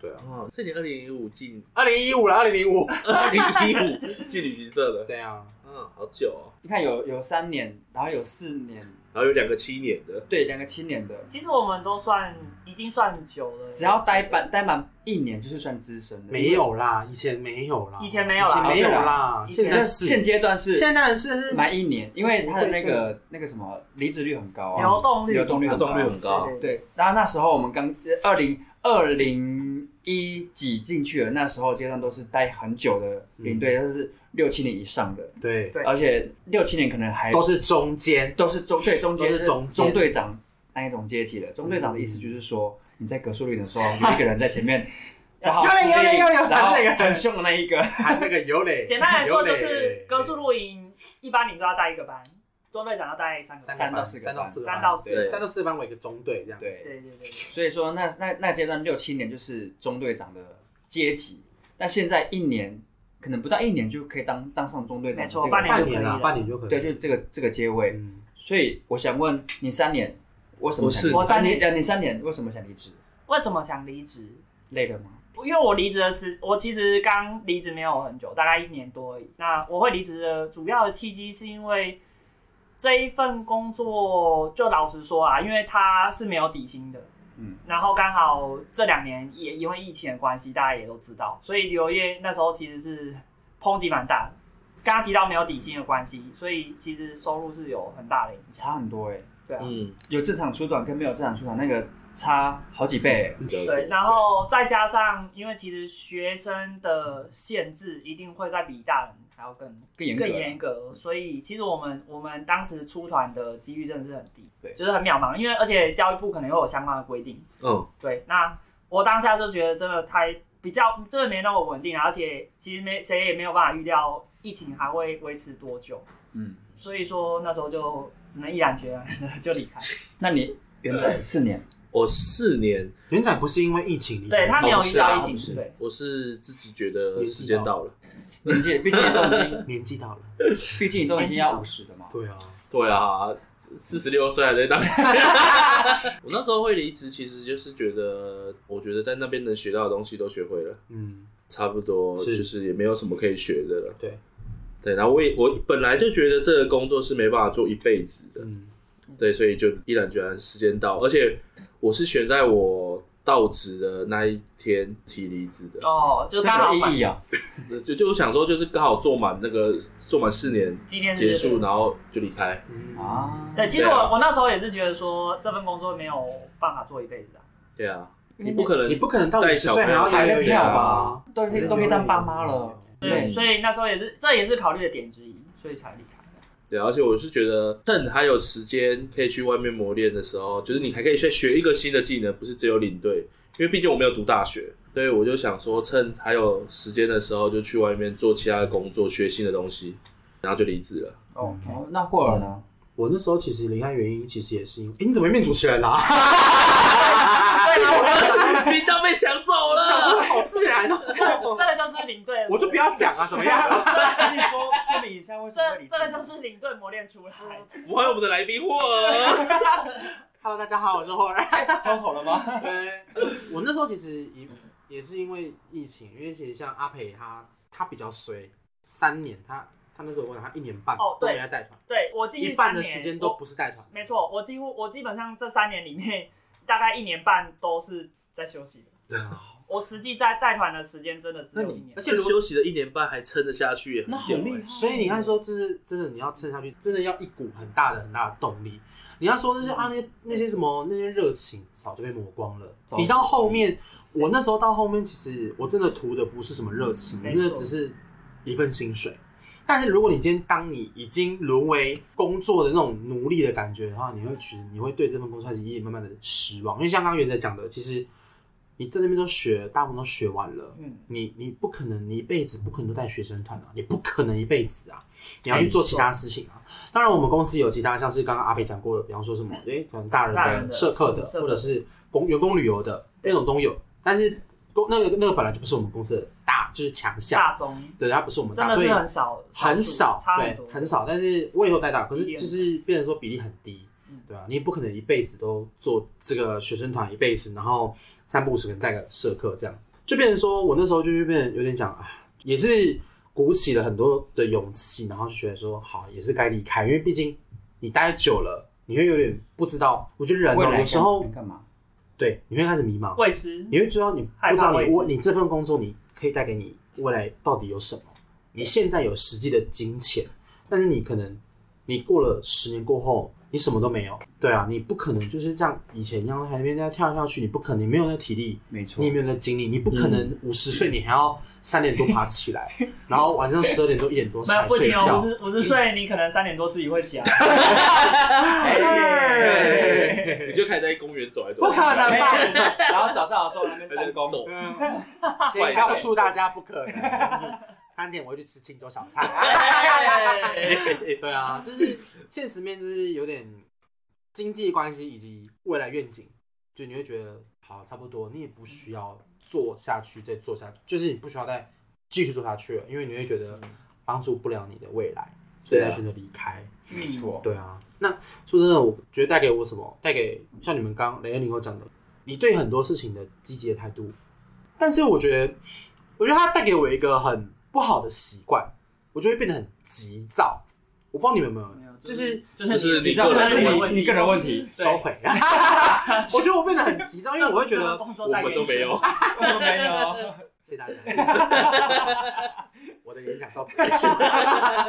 A: 对啊，
B: 哦，是你二零零五进
A: 二零一五了，二零零五，
B: 二零一 五进旅行社的，
A: 对啊，
B: 嗯，好久哦。
E: 你看有有三年，然后有四年，
B: 然后有两个七年的，
E: 对，两个七年的，
C: 其实我们都算已经算久了，
E: 只要待满待满一年就是算资深的。
A: 没，有啦，以前没有啦，
C: 以前没有啦
A: 以前没有
E: 对
A: 啦，
C: 以前
A: 现在
E: 但
A: 是，
E: 现阶段是
A: 现在当然是
E: 满一年，因为它的那个那个什么离职率很高
C: 流
E: 啊。
C: 动率，
E: 流动率
B: 流
E: 很
B: 动率
E: 高
B: 很高。
C: 对对，
E: 对，然后那时候我们刚二零二零一几进去了，那时候阶段都是待很久的领队，都是六七年以上的，
A: 嗯对，
C: 对
E: 而且六七年可能还
A: 都是中 间，
E: 都是中对中间
A: 都是中间
E: 中队长那一种阶级的。中队长的意思就是说，你在格数率的时候，有一个人在 前面不好
A: 嗯有嘞有嘞有嘞有嘞
E: 然后
A: 那个
E: 很凶的那一个，
A: 还那个有嘞。
C: 简单来说，
A: 有嘞
C: 就是格数露营一般你都要带一个班，中队长要带三个班。
E: 三到四个
A: 三到
E: 班
A: 四个班，
C: 三到四
A: 对
B: 对
A: 三到四个班为一个中队这样。
E: 对
C: 对对对对，
E: 所以说那那那阶段六七年就是中队长的阶级，但现在一年可能不到一年就可以当当上中队长
C: 没
E: 的
C: 错
E: 这个，
C: 半
A: 半
C: 就
A: 年
C: 可以
A: 啦，
C: 了
A: 半年就可以。
E: 对，就这个这个阶位。
A: 嗯，
E: 所以我想问你三年，为什么
B: 我是
E: 想
C: 我三年
E: 啊你呃你三年为什么想离职？
C: 为什么想离职？
E: 累了吗？
C: 因为我离职的时，我其实刚离职没有很久，大概一年多而已。那我会离职的主要的契机是因为这一份工作，就老实说啊，因为它是没有底薪的，
E: 嗯，
C: 然后刚好这两年也因为疫情的关系，大家也都知道，所以旅游业那时候其实是抨击蛮大的。刚刚提到没有底薪的关系，所以其实收入是有很大的影响。
E: 差很多哎、
C: 对啊，
B: 嗯，
E: 有正常出短跟没有正常出短那个差好几倍欸、
C: 对，然后再加上，因为其实学生的限制一定会在比大人还要更
E: 更严格
C: 更严格，所以其实我们我们当时出团的几率真的是很低，
E: 对
C: 就是很渺茫，因为而且教育部可能又有相关的规定，
B: 嗯，
C: 对，那我当下就觉得真的太比较真的没那么稳定，啊而且其实没谁也没有办法预料疫情还会维持多久，
E: 嗯，
C: 所以说那时候就只能毅然决然的就离开，
E: 那你原来四年，
B: 我四年，
A: 元仔不是因为疫情离
C: 对
A: 开
C: 他没有
B: 哦
C: 遇
B: 是啊
C: 到疫情，
E: 不是
C: 对，
B: 我是自己觉得时间到了。
E: 毕竟毕竟你都已经
A: 年纪大了，
E: 毕竟你都已经要五十了嘛，
A: 对啊，
B: 对啊，四十六岁还 在当。我那时候会离职，其实就是觉得，我觉得在那边能学到的东西都学会了，
A: 嗯，
B: 差不多
A: 是
B: 就是也没有什么可以学的了。
A: 对，
B: 对，然后我也我本来就觉得这个工作是没办法做一辈子的，
A: 嗯，
B: 对，所以就毅然决然时间到，而且我是选在我到职的那一天提离职的，
C: 哦，就
E: 这
C: 刚好
E: 有意义啊。
B: 就就我想说就是刚好做满那个做满四年
C: 今天
B: 结
C: 是
B: 束，然后就离开。
A: 嗯，
E: 啊，
C: 对，其实
B: 对啊
C: 我我那时候也是觉得说这份工作没有办法做一辈子啊。
B: 对啊，你不可能，
A: 嗯你不可能到五
B: 带
A: 十
B: 小
A: 岁还要
E: 还在
A: 游泳
E: 跳
A: 啊
E: 吧？，都可以都可以当爸妈了。
C: 对，
B: 嗯
C: 所以那时候也是这也是考虑的点之一，所以才离开。
B: 对，而且我是觉得趁还有时间可以去外面磨练的时候，就是你还可以再学一个新的技能，不是只有领队，因为毕竟我没有读大学，所以我就想说趁还有时间的时候就去外面做其他的工作，学新的东西，然后就离 职了。
C: 哦，
E: 哦，那霍尔呢？
A: 我那时候其实离开原因，其实也是因为，哎，你怎么会变主持人啦？
C: 对啊，
B: 哎频道被抢走
A: 想
B: 了，
A: 说好自然
C: 我
A: 哦，
C: 这个就是领队，
A: 我就不要讲啊，怎么 样？
E: 请你说说明一下为什么会
C: 这
E: 离
C: 这个就
E: 职？
C: 是领队磨练出来的。
B: 我还有我们的来宾哦霍尔，
A: Hello，大家好，我是霍然。
E: 抽头了吗？
A: 对， 我那时候其实也也是因为疫情，因为其实像阿培他他比较衰，三年他他那时候我问他一年半
C: 哦
A: 都
C: 对
A: 没在带团，
C: 对我进
A: 一
C: 去
A: 半
C: 三
A: 的
C: 年，
A: 时间都
C: 我
A: 不是带团，
C: 没错，我几乎我基本上这三年里面，大概一年半都是在休息的。
A: 啊
C: 我实际在带团的时间真的只有一年
A: 而，且
B: 这
A: 如果
B: 休息了一年半还撑得下去，也很
E: 那很
B: 屌欸
E: 厉害。
A: 所以你看，说，这是真的，你要撑下去，真的要一股很大的很大的动力。你要说那些啊，那些那些什么那些热情，早就被磨光了。
E: 早
A: 你到后面，我那时候到后面，其实我真的图的不是什么热情，
C: 没错
A: 那只是一份薪水。但是如果你今天当你已经沦为工作的那种奴隶的感觉的话，你会觉得你会对这份工作开始也慢慢的失望。因为像刚刚元仔讲的，其实你在那边都学，大部分都学完了，
C: 嗯，
A: 你你不可能，你一辈子不可能都带学生团啊，你不可能一辈子啊，你要去做其他事情啊。当然，我们公司有其他，像是刚刚阿北讲过的，比方说什么，诶、可能大
C: 大
A: 人
C: 人
A: 的、
C: 的
A: 社课的，
C: 社
A: 或
C: 课
A: 者是工员工旅游的那种都有，但是工那个那个本来就不是我们公司的大，就是强项，
C: 大中
A: 对，它不是我们
C: 真
A: 大，
C: 的
A: 所以
C: 是很少，
A: 很少
C: 数，差
A: 对
C: 很多，，
A: 很少。但是我也有带到，可是
C: 比例很
A: 就是变成说比例很低
C: 嗯，
A: 对吧、啊你不可能一辈子都做这个学生团一辈子，然后三不五时可能带个社课这样，就变成说我那时候就是变成有点讲啊，也是鼓起了很多的勇气，然后就觉得说好，也是该离开，因为毕竟你待久了，你会有点不知道。我觉得人
E: 未
A: 哦
E: 来
A: 有时候
E: 能干嘛？
A: 对你会开始迷茫，
C: 未知。
A: 你会知道你
C: 害
A: 不
C: 怕
A: 知道
C: 未
A: 你
C: 知
A: 未你这份工作你可以带给你未来到底有什么？你现在有实际的金钱，但是你可能你过了十年过后，你什么都没有。对啊，你不可能就是这样以前一样在海那边在跳来跳去，你不可能，你没有那个体力，
E: 没错
A: 你也，没有那个精力，你不可
C: 嗯
A: 能五十岁你还要三点多爬起来，然后晚上十二点多一点多
C: 没有
A: 才
C: 不
A: 睡
C: 一定哦，
A: 觉
C: 五。十五十岁你可能三点多自己会起来，
A: 哎
B: 你就开始在公园走来走去，
A: 不可能吧？
E: 然后早上的时候还没
B: 还在
E: 办
B: 公
E: 公，
B: 斗，
A: 先告诉大家不 可能。三点我会去吃青州小菜。对啊，就是现实面，就是有点经济关系以及未来愿景，就你会觉得好差不多，你也不需要做下去再做下去，就是你不需要再继续做下去了，因为你会觉得帮助不了你的未来，所以才选择离开。
E: 没错，
A: 对啊，那说真的，我觉得带给我什么？带给像你们刚雷恩你跟我讲的，你对很多事情的积极的态度，但是我觉得，我觉得它带给我一个很不好的习惯，我就会变得很急躁。我不知道你们有没有，
C: 没有
A: 就
C: 就是是
B: 就
C: 就是
E: 你
B: 你
E: 知道
B: 个
E: 那
B: 人
E: 是
B: 的
E: 你你个人问题，
C: 对
A: 收 回。我觉得我变得很急躁，因为我会觉 得，
C: 工作
B: 我
C: 带给
B: 们
C: 你
B: 都没有。
E: 我哦没有，
A: 谢谢大家。我的演讲到此结束。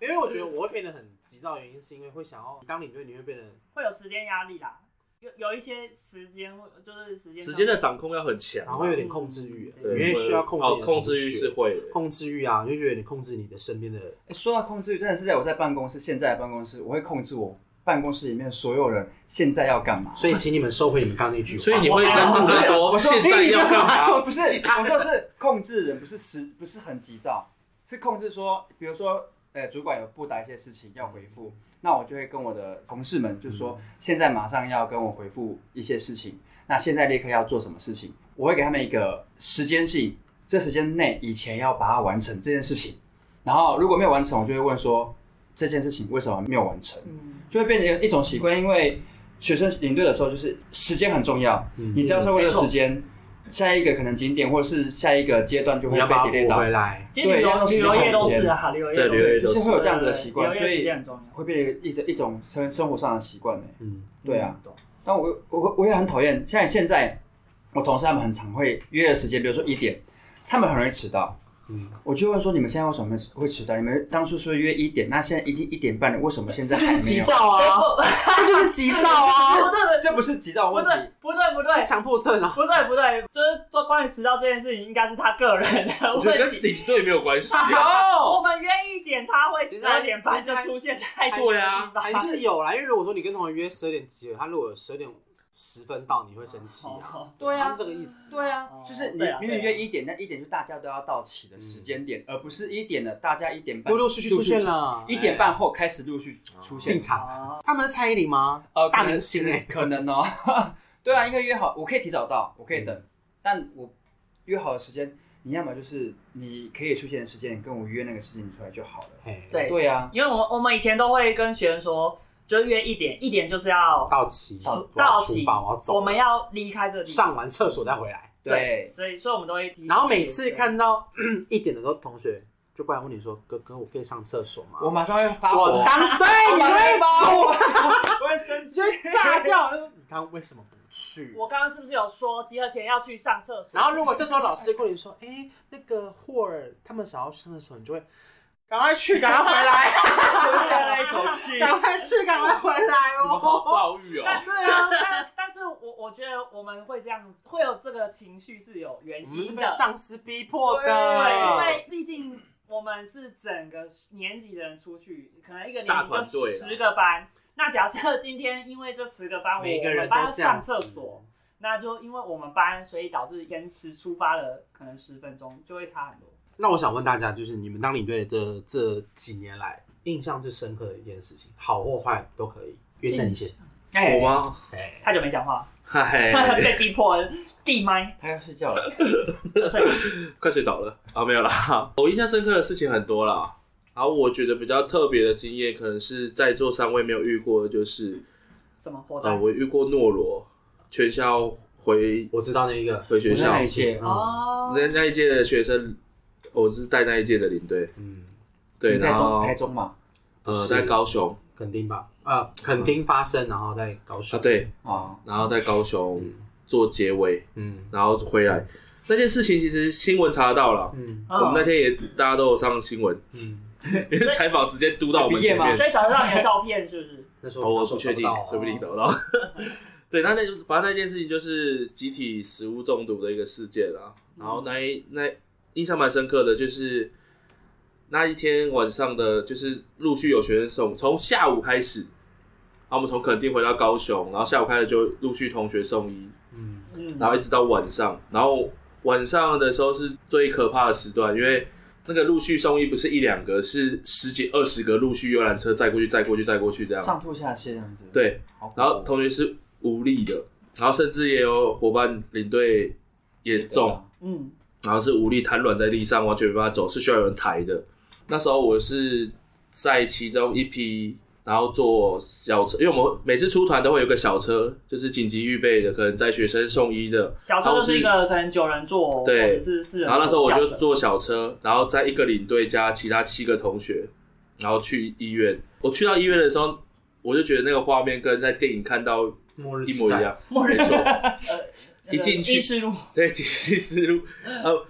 A: 因为我觉得我会变得很急躁，原因是因为会想要当领队，你会变得
C: 会有时间压力啦，有有一些时间会就是时间上
B: 时间的掌控要很强，
A: 然后会有点控制欲，
C: 嗯
A: 你
B: 对
A: 会需要控制
B: 哦
A: 你的
B: 控制
A: 同
B: 欲
A: 学
B: 是会的，
A: 控制欲啊，你就觉得你控制你的身边的，
E: 哎说到控制欲，真的是在我在办公室，现在的办公室，我会控制我办公室里面所有人现在要干嘛。
A: 所以请你们收回你们刚刚那句话。
B: 所以你会跟路人说
E: 我说
B: 现在要干嘛？
E: 啊不是，我说是控制人，不是时，不是很急躁，是控制说，比如说，呃，主管有布达一些事情要回复，那我就会跟我的同事们就说，现在马上要跟我回复一些事情，那现在立刻要做什么事情，我会给他们一个时间性，这时间内以前要把它完成这件事情，然后如果没有完成，我就会问说，这件事情为什么没有完成？
C: 嗯
E: 就会变成一种习惯，因为学生领队的时候，就是时间很重要，
A: 嗯
E: 你只要超过这个时间，下一个可能景点或者是下一个阶段就
A: 你
E: 会
A: 要
E: 被
A: 把它
E: delay
A: 补
E: 到，
A: 回来。
C: 其实旅
E: 对要
C: 游旅游业都
E: 时
C: 是
E: 间
C: 啊，旅游
B: 对
C: 业都
B: 旅游
C: 是
B: 业
E: 对，就是会有这样子的习惯，
C: 旅
E: 所
C: 游业时
E: 以
C: 间很重要。
E: 会被一直一种生生活上的习惯呢。
A: 嗯，
E: 对啊
C: 嗯，懂
E: 但我我我也很讨厌，像现在我同事他们很常会约的时间，比如说一点，他们很容易迟到。
A: 嗯
E: 我就问说，你们现在为什么会迟到？你们当初说约一点，那现在已经一点半了，为什么现在还没有？
A: 躁啊， 这就是急躁
C: 哦不
A: 啊，
C: 对
E: 这不是急躁
C: 不
E: 问题，
C: 对不对不对
A: 强迫症啊。
C: 不对不对，就是做关于迟到这件事情，应该是他个人的
B: 我觉得跟
C: 问题。
B: 领队没有关系。啊
C: 我们约一点，他会
A: 其实
C: 十
A: 还
C: 二点半就出现在这个
B: 对啊
C: 地方
A: 还是有啦，因为如果说你跟同学约十二点集合，他如果十二点十分到，你会生气啊。
C: 哦
E: 对啊
A: 是这个意思。
E: 对啊
C: 哦，
E: 就是你
C: 对啊嗯
E: 明明约一点，那一点就大家都要到齐的时间点，而不是一点的大家一点半
A: 陆陆续续出现，了，
E: 一点
C: 哎
E: 半后开始陆续出
A: 哎
E: 现
A: 进。场。
C: 哦
A: 他们是蔡依林吗？
E: 呃，
A: 大
E: 可能
A: 明星哎
E: 可能哦， 对啊，因为约好，我可以提早到，我可以等，
A: 嗯
E: 但我约好的时间，你要么就是你可以出现的时间，跟我约那个时间出来就好了。
A: 嘿
C: 对
E: 对啊，
C: 因为我们我们以前都会跟学生说，就约一点，一点就是要
A: 到齐，
C: 出
A: 我要
C: 到
A: 出
C: 齐
A: 发，我要，走，
C: 我们要离开这里。
A: 上完厕所再回来。
E: 对，
C: 所以所以我们都会提。
A: 然后每次看到 一点的时候，同学就过来问你说：“哥哥，我可以上厕所吗？”
E: 我马上会发火，
A: 我当时对你会
E: 吗？
A: 我
E: 我会生
A: 直，
E: 气
A: 接哎炸 掉。 就说你刚刚为什么不去？
C: 我刚刚是不是有说集合前要去上厕所？
A: 然后如果这时候老师过来说：“哎，那个霍尔他们想要上的时候，你就会赶快去，赶快回 来，
E: 吞下那一口 气。
A: 赶快去，赶快回来
B: 你们好
A: 哦。
B: 躁郁 哦！
C: 但对啊，但但是我我觉得我们会这样，会有这个情绪是有”原
A: 我们是
C: 因
A: 被
C: 的。
A: 上司逼迫
C: 对，因
A: 的。
C: 为毕竟我们是整个年级的人出去，可能一个
B: 大
C: 年
B: 团
C: 级就
B: 队啦
C: 十个班。那假设今天因为这十个班，我
A: 每个
C: 我
A: 人
C: 们
A: 都
C: 班
A: 这样
C: 上
A: 子
C: 厕所，，那就因为我们班，所以导致延迟出发了，可能十分钟就会差很多。
A: 那我想问大家，就是你们当领队的这几年来，印象最深刻的一件事情，好或坏都可以。约正一些，
C: 哎
B: 我吗？哎
A: 哎，
C: 太久没讲话，
B: 嗨，
C: 被逼迫闭麦，
E: 他要睡觉了，
C: 所以
B: 快睡着了啊，没有啦。我印象深刻的事情很多啦，然后我觉得比较特别的经验，可能是在座三位没有遇过的，就是
C: 什么火灾
B: 呃，？我遇过诺罗，全校回
A: 我知道那一个
B: 回学
E: 我是
B: 校，
E: 哪一届？
C: 哦，
B: 那那一届的学生，我是带那一届的领队，
A: 嗯，
B: 对，
E: 你在
B: 然
E: 中
B: 后
E: 台中嘛？
B: 呃
A: 是
B: 在高雄
A: 肯定嗯吧？呃，肯定发生，然后再高
B: 啊
A: 雄。，
B: 对，
E: 啊，
B: 然后在高雄
E: 嗯
B: 做结尾，
A: 嗯
B: 然后回来那件事情，其实新闻查得到了，
A: 嗯
B: 我们那天也大家都有上新闻，
A: 嗯，
B: 因为 采访直接嘟到我们前
E: 毕业
B: 面
E: 吗
C: 所。以找得到你的照片是不是？
A: 那时候
B: 哦，我不确定，说
A: 说
B: 不定
A: 的。
B: 找到。 对，那那就反正那件事情就是集体食物中毒的一个事件啊。然后那一那印象蛮深刻的，就是那一天晚上的，就是陆续有学生送，从下午开始，然后我们从垦丁回到高雄，然后下午开始就陆续同学送医，
A: 嗯，
C: 嗯，
B: 然后一直到晚上，然后晚上的时候是最可怕的时段，因为那个陆续送医不是一两个，是十几二十个陆续游览车载过去，载过去，载过去这样。
E: 上吐嗯下泻这样子。，
B: 对，
E: 好恐怖
B: 然后同学是无力的，然后甚至也有伙伴领队严
E: 啊
B: 重，
C: 嗯，
B: 然后是无力瘫软在地上，完全没办法走，是需要有人抬的。那时候我是在其中一批，然后坐小车，因为我们每次出团都会有个小车，就是紧急预备的，可能在学生送医的。
C: 小车就是一个可能九人座，
B: 对
C: 或者是四人座。
B: 然后那时候我就
C: 轿车
B: 坐小车，然后在一个领队加其他七个同学，然后去医院。我去到医院的时候，我就觉得那个画面跟在电影看到
A: 末日
B: 一
A: 之
B: 模一
A: 战，
B: 样。
C: 末日
B: 没错
C: 那个
B: 一进去
C: 意识路，
B: 对，紧急思路，呃，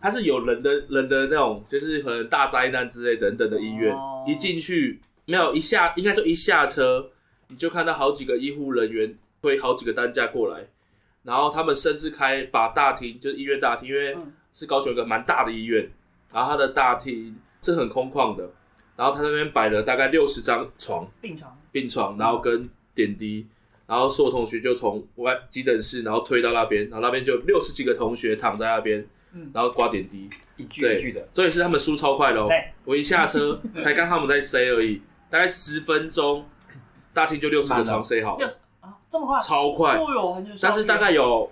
B: 它是有人的人的那种，就是可能大灾难之类等等的医院，
C: 哦
B: 一进去没有一下，应该说一下车，你就看到好几个医护人员推好几个担架过来，然后他们甚至开把大厅，就是医院大厅，因为
C: 嗯
B: 是高雄一个蛮大的医院，然后它的大厅是很空旷的，然后他那边摆了大概六十张床，
C: 病床，
B: 病床，然后跟点滴，然后所有同学就从外急诊室，然后推到那边，然后那边就六十几个同学躺在那边，
C: 嗯
B: 然后挂点滴，
E: 一句
B: 对
E: 一句的，
B: 所以是他们输超快的哦
C: 对。
B: 我一下车才刚他们在塞而已，大概十分钟，大厅就六十个床塞好
C: 六
B: 了，
C: 十啊，这么快，
B: 超快。
C: 哦哟，很有效
B: 但
C: 率。
B: 是大概有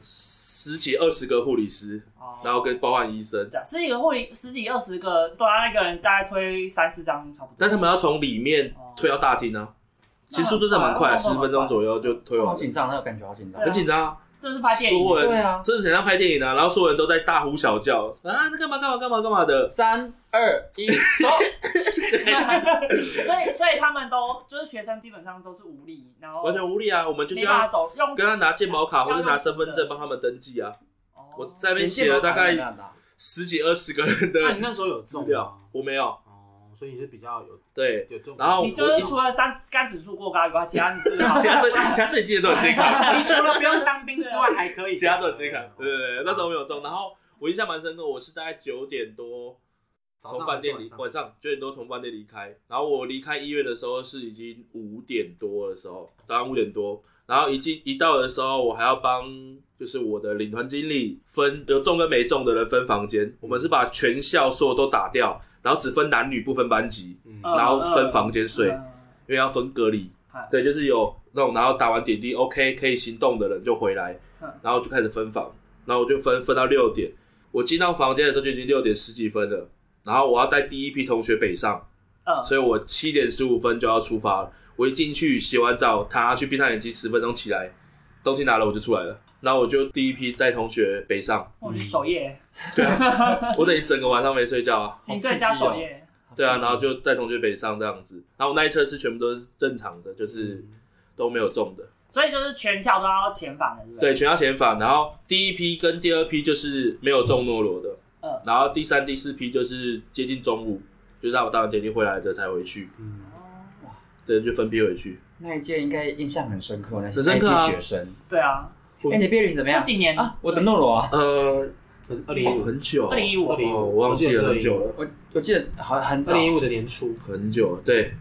B: 十几二十个护理师，
C: 哦，
B: 然后跟包含医生，
C: 对啊十几个或十几二十个，对啊，那个人大概推三四张差不多。
B: 但他们要从里面推到大厅呢、其实速度真的蛮快的，
C: 哦那很
B: 十
C: 快
B: 分钟左右就推完
E: 好
B: 了，
E: 紧张，那个感觉好紧张
C: 对啊
B: 很。紧张啊。
C: 这是拍电影，
B: 所有人
E: 对啊
B: 真的很像拍电影啊，然后所有人都在大呼小叫啊，那干嘛干嘛干嘛干嘛的，
E: 三二一，走！
C: 所以所以他们都就是学生基本上都是无力，然后
B: 完全无力啊。我们就是
C: 哦没办法
B: 要
C: 走，用
B: 跟他拿健保卡或者拿身份
C: 要用
B: 证帮他们登记啊。
C: 哦
B: 我在那边写了大概十几二十个人
A: 那你
B: 的
A: 那时候有
B: 资
A: 中
B: 料
A: 吗，？
B: 我没有。
A: 哦，所以你是比较有
B: 对，
A: 有中。
B: 然后
C: 你就是除了肝肝指数过高以外，其他你 是
B: 其他 摄其他摄影记得都很健康，
A: 你除了不用当兵之 外，还可以哦
B: 其他都很健康。对对对，那时候没有中。然后我印象蛮深刻，我是大概九点多
A: 早上
B: 从饭店
A: 还
B: 离
A: 是晚
B: 晚上九点多从饭店离开，然后我离开医院的时候是已经五点多的时候，早上五点多，然后一进一到的时候，我还要帮就是我的领团经理分有中跟没中的人分房间，我们是把全校所有都打掉，然后只分男女不分班级，
A: 嗯
C: 嗯
B: 然后分房间睡，
C: 嗯
B: 因为要分隔离
C: 嗨。
B: 对，就是有那种，然后打完点滴，OK 可以行动的人就回来
C: 嗯，
B: 然后就开始分房，然后我就分分到六点。我进到房间的时候就已经六点十几分了，然后我要带第一批同学北上，
C: 嗯，
B: 所以我七点十五分就要出发了。我一进去洗完澡，躺下去闭上眼睛十分钟起来，东西拿了我就出来了，然后我就第一批带同学北上，
C: 我去守夜，
B: 我等于整个晚上没睡觉啊。
C: 你在家守夜，
B: 对啊，然后就带同学北上这样子，然后我那一车是全部都是正常的，就是
A: 嗯
B: 都没有中的。
C: 所以就是全校都要遣返的，对不
B: 对，
C: 对？
B: 全校遣返，然后第一批跟第二批就是没有中诺罗的，
C: 嗯
B: 然后第三、第四批就是接近中午，就让我大完点滴回来的才回去，
A: 嗯，
C: 哦
B: 对，就分批回去。
E: 那一届应该印象很深刻，那些
B: 很深刻啊
E: 那一批学生。
C: 对啊，
B: 我
E: 哎，你毕业旅行怎么
C: 这
E: 样
C: 几年
E: 啊？我的诺罗啊，
B: 呃，
A: 二零一
B: 哦
A: 五，
B: 很久，
C: 二零一五
A: 二零一
B: 哦，
A: 五，
B: 我忘记了很
A: 很
B: 久
A: 久
B: 了，
E: 我我记得好像很
A: 二
E: 早
A: 零一五的年初，
B: 很久了，对，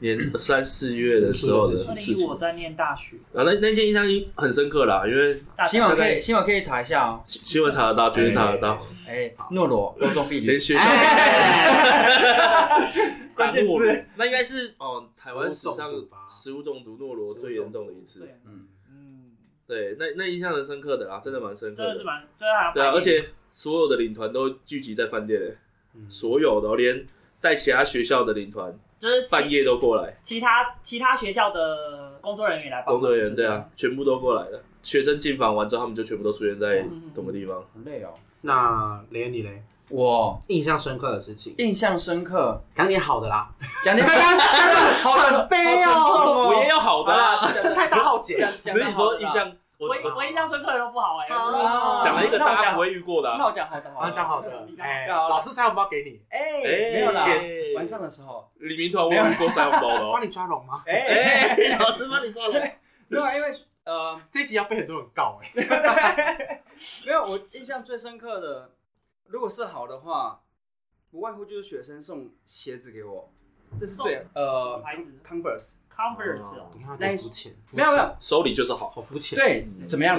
B: 年三四月的时候的
C: 二
B: 事
C: 零一
B: 情
C: 五我。在念大学，
B: 啊，那那件印象一很深刻啦，因为
C: 大
E: 新
C: 学
E: 闻可以新闻可以查一下哦。
B: 新新闻查得到，绝对查得到，
E: 哎，诺罗高中毕
B: 连
E: 业，
B: 学校
A: 哎
E: 关键字
B: 打诺那应该是哦，台湾史上
A: 食物中毒吧
B: 食物中毒诺罗最严重的一次。
C: 对，
E: 嗯，
C: 嗯，
B: 对，那那印象很深刻的啦，真的蛮深刻
C: 真的是
B: 的。
C: 蛮，真的还蛮
B: 对啊，而且所有的领团都聚集在饭店嘞，
A: 嗯
B: 所有的哦连带其他学校的领团
C: 就是
B: 半
C: 其
B: 夜都过来，
C: 其他其他学校的工作人员来帮忙
B: 工作人员
C: 对
B: 对
C: 不
B: 啊，全部都过来了。学生进房完之后，他们就全部都出现在
C: 嗯
B: 同个地方。
E: 好累哦。
A: 那雷你嘞，
E: 我
A: 印象深刻的事情，
E: 印象深刻，
A: 讲点好的啦。
E: 讲点好
A: 很悲哦
E: 好沉重
B: 我也有好的啦，
E: 哦好 啦
A: 生态大浩劫，
E: 讲
B: 只是你说印，象我
C: 我我印象深刻的都不好哎、
F: 好
E: 啊
B: 讲了一个
E: 那我
B: 大家
E: 讲
B: 不会遇过的啊，
E: 那我讲好的好
A: 啊，
E: 了，
A: 讲好的，哎，老师塞红包给你，
E: 哎、
B: 哎
E: 没有啦，
B: 切
E: 晚上的时候，
B: 李明团我有遇过塞红包的
A: 帮
B: 哦，
A: 你抓龙吗？
E: 哎、
B: 哎，老师帮你抓了，
E: 没有啊，因为呃，
A: 这一集要被很多人告哎，
E: 没有，我印象最深刻的，如果是好的话，不外乎就是学生送鞋子给我，这是最
C: 什
E: 呃
C: 么牌子
E: Converse，
C: Converse 哦
A: 你看
E: 那
A: 多
E: 一
A: 肤浅，肤浅
E: 没有没 有，
B: 收礼就是好，
A: 好肤浅，，
E: 对，怎么 样？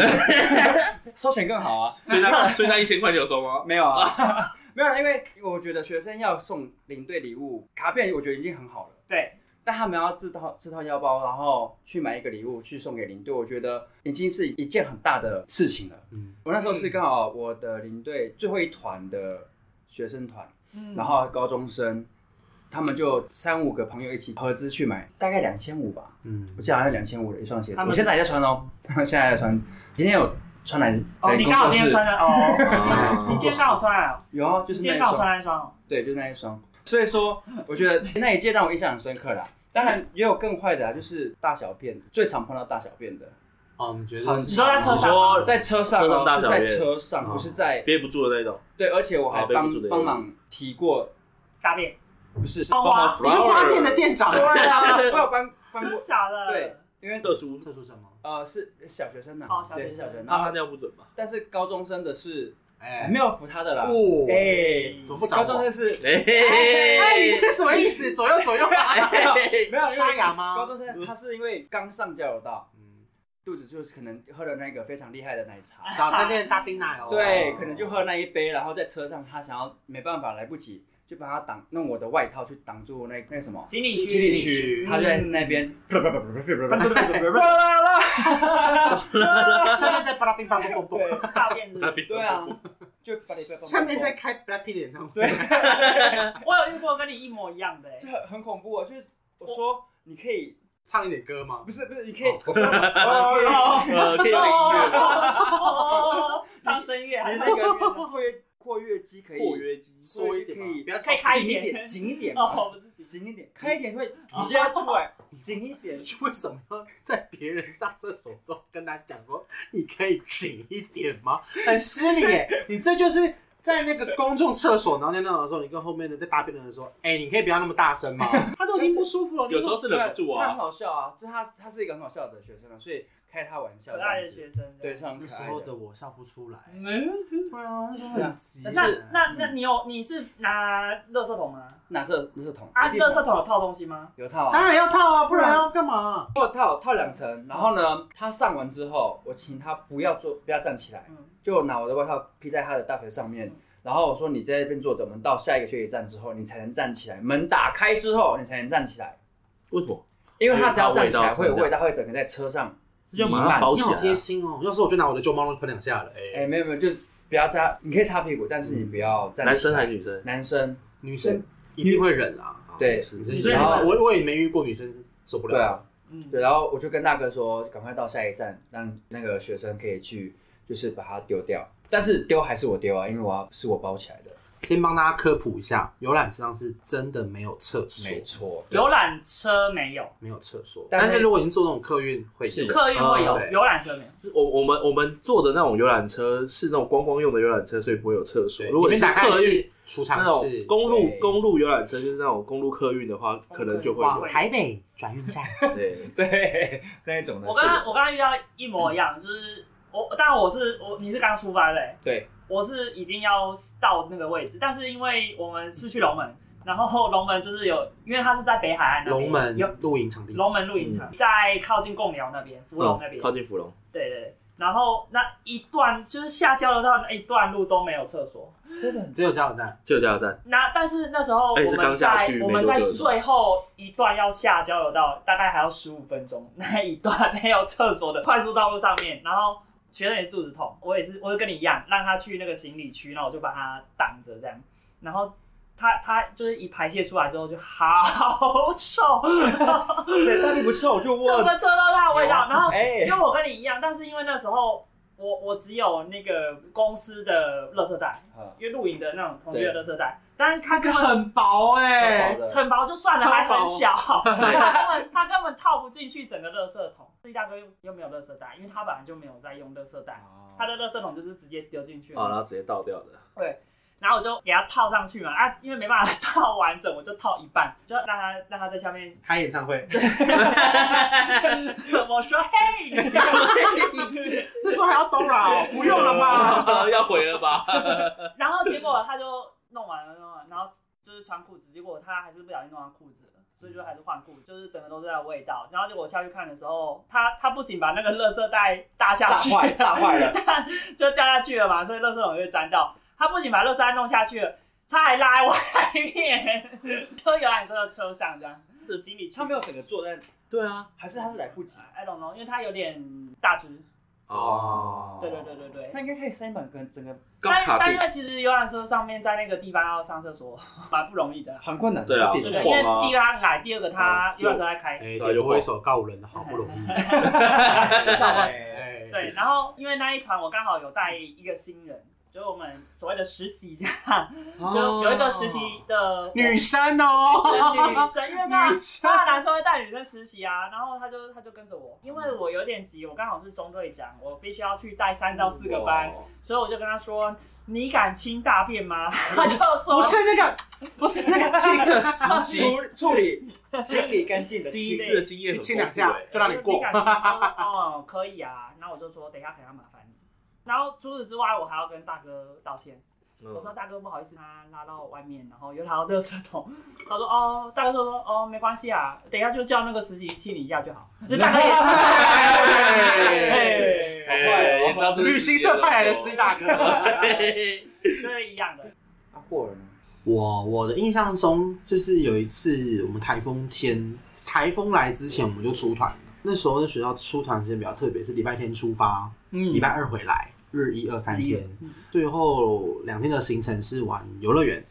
E: 收钱更好啊？
B: 所以那所以那一千块你有收吗？
E: 没有啊， 没有啦，因为我觉得学生要送领队礼物，卡片我觉得已经很好了。
C: 对，
E: 但他们要自掏自掏腰包，然后去买一个礼物去送给领队，我觉得已经是一件很大的事情了。
A: 嗯，
E: 我那时候是刚好我的领队最后一团的学生团，
C: 嗯
E: 然后高中生，他们就三五个朋友一起合资去买，大概两千五吧，
A: 嗯
E: 我，记得好像两千五的一双鞋子
C: 他，们
E: 我现在还在穿哦， 现在还在穿，今天有穿来
C: 哦，
E: 来
C: 你
E: 工
C: 刚好
E: 作
C: 今天
E: 室，
C: 穿的哦，
B: 啊
C: 你今天刚好穿啊，
E: 有哦，
C: 你
E: 就是
C: 今
E: 那
C: 天
E: 一
C: 刚好
E: 双，
C: 穿那一双哦，
E: 对，就是那一双。所以说，我觉得那一届让我印象很深刻啦。当然也有更坏的啊，就是大小便，最常碰到大小便的，
A: 哦，你觉
E: 好
A: 得
C: 你说在车上吗，
B: 说
E: 在车上
B: 车上，
E: 哦
B: 大
E: 是
B: 小
E: 在
B: 便
E: 车上，不是在
B: 憋不住的那种，
E: 对，而且我还
B: 啊被
E: 帮
B: 不住的
E: 帮忙提过，
C: 大便，
E: 不是
C: 帮啊花
A: 你是花店的店长，
E: 对啊，我有帮帮
C: 真
E: 过，
C: 假的？
E: 对，因为
B: 特殊，
A: 特殊什么？
E: 呃是小学生呐、
C: 哦小学
E: 对
C: 生
E: 是小学生，
B: 那他
E: 啊，
B: 尿不准吧？
E: 但是高中生的是
A: 哎，
E: 没有扶他的啦，
A: 哦，
E: 哎，
A: 怎么不找
E: 高中
A: 我？
E: 生是
B: 哎，
A: 哎，你这什么意思？左右左右啊，
E: 没有因
A: 刷
E: 为
A: 牙
C: 啊
A: 吗？
E: 高中生他是因为刚上交流道，
A: 嗯
E: 肚子就是可能喝了那个非常厉害的奶茶，
A: 早餐店大冰奶哦，
E: 对，可能就喝那一杯，然后在车上他想要没办法来不及，就把他挡弄我的外套去挡住那那什么。
C: 行李区，
A: 行李区
E: 他就在那边，
A: 下面在巴拉冰棒蹦蹦蹦，
E: 对
C: 大便是不
B: 那
C: 是
B: 边
E: 对啊，就把你
A: 下面在开 Blackpink 的演唱会，
C: 我有遇过跟你一模一样的、欸
E: 就，很很恐怖啊！就是我说你可以，
A: 唱一点歌吗？
E: 不是不是，你可以，我说哦
B: 呃，可以用
C: 哦，当声乐
E: 你
C: 还
E: 是
C: 是
E: 那个括约括约肌可以
B: 音乐，括约肌，
A: 说一点
E: 可
A: 嘛，
E: 以
A: 不要
C: 可以开
E: 紧一
C: 一
E: 点，
C: 点
E: 紧一点嘛，
C: 哦，不是
E: 紧一点，开一点会直接出来，紧一点。
A: 为什么要在别人上厕所之后跟他讲说你可以紧一点吗？ 很失礼耶！你这就是在那个公众厕所，然后在那种的时候，你跟后面的在大便的人说：“哎、你可以不要那么大声吗？”他都已经不舒服了。你
B: 有时候是忍不住
E: 他很
B: 啊。
E: 好笑啊，就他他是一个很好笑的学生啊，所以开他玩笑
C: 可
E: 这
C: 爱
E: 样
C: 的
E: 子。
C: 学生。
E: 对，是很
A: 那
E: 可
A: 时
E: 爱
A: 候的
E: 的。
A: 我笑不出来。
C: 嗯，
A: 对啊，那时候很急。
E: 但
C: 那那那你有你是拿垃圾桶吗？
E: 那这那是桶
C: 啊，
E: 一定
C: 垃圾桶有套东西吗？
E: 有套
A: 当
E: 啊，
A: 然要套啊，不然要干嘛？
E: 我套套两层，然后呢，他上完之后，我请他不要坐，不要站起来，
C: 嗯，
E: 就拿我的外套披在他的大腿上面
C: 嗯，
E: 然后我说你在那边坐着，我们到下一个学习站之后，你才能站起来。门打开之后，你才能站起来，
B: 为什么？
E: 因为他只要站起
B: 因为
E: 来
B: 怕
E: 会有
B: 味
E: 味道，会整个在车上。
B: 要马上包
A: 你
B: 起
A: 好
B: 来
A: 贴
B: 啊。
A: 心哦！要是我就拿我的旧猫笼喷两下了。哎、
E: 哎，没有没有，就不要擦，你可以擦屁股，但是你不要站起来。
B: 男生还是女生？
E: 男啊生
A: 女生一定会忍啊。
E: 对
B: 是
A: 女
B: 是
A: 生
C: 你
A: 一
C: 说
A: 定
C: 你
A: 会
C: 们
A: 忍，啊我我也没遇过女生受不了。
E: 对啊，
C: 嗯
E: 对，然后我就跟大哥说，赶快到下一站，让那个学生可以去，就是把它丢掉。但是丢还是我丢啊，因为我要是我包起来的，
A: 先帮大家科普一下，游览车上是真的没有厕所，
E: 没错。
C: 游览车没有，
A: 没有厕所。
E: 但是
A: 但是如果您坐那种客运会
B: 是
A: 有，
C: 客运会有
A: 哦，对
C: 游览车没有。
B: 我我们我们坐的那种游览车是那种观光用的游览车，所以不会有厕所。
A: 对，
B: 如果
A: 里
B: 你
A: 面
B: 是
A: 打开
B: 客运
A: 是储
B: 那
A: 藏
B: 种
A: 室，
B: 公路
E: 对
B: 公路游览车，就是那种公路客运的话，可能就会
A: 往
B: 有。
A: 台北转运站。
B: 对，
E: 对，那一种的
C: 我
E: 是
C: 刚刚我刚刚遇到一模一样，就是我，但我是我你是刚出发的、欸，
E: 对，
C: 我是已经要到那个位置，但是因为我们是去龙门，然后龙门就是有，因为它是在北海岸那边
A: 龙门
C: 有
A: 露营场地，
C: 龙门露营场，在靠近贡寮那边，芙蓉那边，
B: 哦靠近芙蓉，
C: 对对对。然后那一段就是下交流道那一段路都没有厕所，
A: 只有加油站。
B: 就有加油站。
C: 那但是那时候
B: 哎是
C: 我
B: 刚
C: 们在、
B: 下去没
C: 我们
B: 多
C: 在
B: 久的时候
C: 最后一段要下交流道，大概还要十五分钟， 那一段没有厕所的快速道路上面，然后学生也肚子痛，我也是，我就跟你一样，让他去那个行李区，然后我就把他挡着这样，然后他他就是一排泄出来之后就好臭，
E: 谁大力不臭 就
C: 怎
E: 问，
C: 么臭到他的味
A: 有
C: 道，然后
E: 哎
C: 因，为我跟你一样，但是因为那时候我我只有那个公司的垃圾袋，
E: 啊
C: 因为露营的那种同学的垃圾袋，但是他
A: 这
C: 根
A: 个
C: 本
A: 很薄哎、。
E: 很薄的
C: 很薄就算了，还很小，
B: 对
C: 他根本他根本套不进去整个垃圾桶。这一大哥又又没有垃圾袋，因为他本来就没有在用垃圾
E: 哦
C: 袋，他的垃圾桶就是直接丢进去了。
B: 啊，然后直接倒掉的。
C: 然后我就给他套上去嘛，啊，因为没办法 套完整，我就套一半，就让他让他在下面
A: 开演唱会，
C: 我说嘿，
A: 那时候还要懂了，不用了吧？
B: 要回了吧？
C: 然后结果他就弄完了，弄完了，然后就是穿裤子，结果他还是不小心弄完裤子了。所以就还是换裤子，就是整个都是那个味道。然后结果我下去看的时候，他他不仅把那个垃圾袋搭下
E: 炸
C: 去，
E: 坏，炸坏 了，
C: 就掉下去了嘛，所以垃圾桶就沾到。他不仅把垃圾袋弄下去了，他还拉在外面， 就游览车的车上这样。心里去
E: 他没有整个坐在，
B: 对啊，
E: 还是他是来不及。
C: ，I don't know，因为他有点大只。
B: 哦，
C: 对对对对
E: 他
C: 对。
E: 应该可以塞满跟整个
B: 刚
C: 但
B: 卡
C: 但
B: 住
C: 因，为其实游览车上面在那个地方要上厕所，蛮不容易的。
E: 很困难，
B: 对啊
E: 是
C: 对，
E: 得
C: 因
E: 去
C: 为
E: 晃
B: 晃啊
C: 第一个他矮，第二个
B: 嗯
C: 他游览车在开
A: 哎、，点播一首告五人的好不容易， 哎
C: 对，然后因为那一团我刚好有带一个新人，就是我们所谓的实习这样，就
E: 哦
C: 有一个实习的
A: 哦女生哦，
C: 实习女生，因为那
A: 女生
C: 他男生会带女生实习啊，然后他就他就跟着我，因为我有点急，我刚好是中队长，我必须要去带三到四个
A: 嗯
C: 班，所以我就跟他说：“你敢清大便吗？”他就说
A: 不是那个，不是那个亲 的
B: 实习
E: 处处理 清理干净的
B: 第一次的经验很
A: 亲
B: 丰
A: 两
B: 富
A: 下
B: 哎，
A: 就让你过
C: 敢，清吗哦，可以啊。然后我就说：“等一下可能要麻烦你。”然后除此之外，我还要跟大哥道歉。我说
B: 嗯
C: 大哥不好意思，他拉到外面，然后又拉到垃圾桶。 他说哦，大哥就说哦没关系啊，等一下就叫那个实习清理一下就好。那 大哥也是
B: 哎
E: 坏哦
B: 你知道这是
A: 旅行社派来的司机大 哥。
C: 就是一样的。
E: 啊，过了呢。
A: 我我的印象中，就是有一次我们台风天，台风来之前我们就出团了。那时候的学校出团时间比较特别，是礼拜天出发，
C: 嗯
A: 礼拜二回来，日一二三天。最后两天的行程是玩游乐园，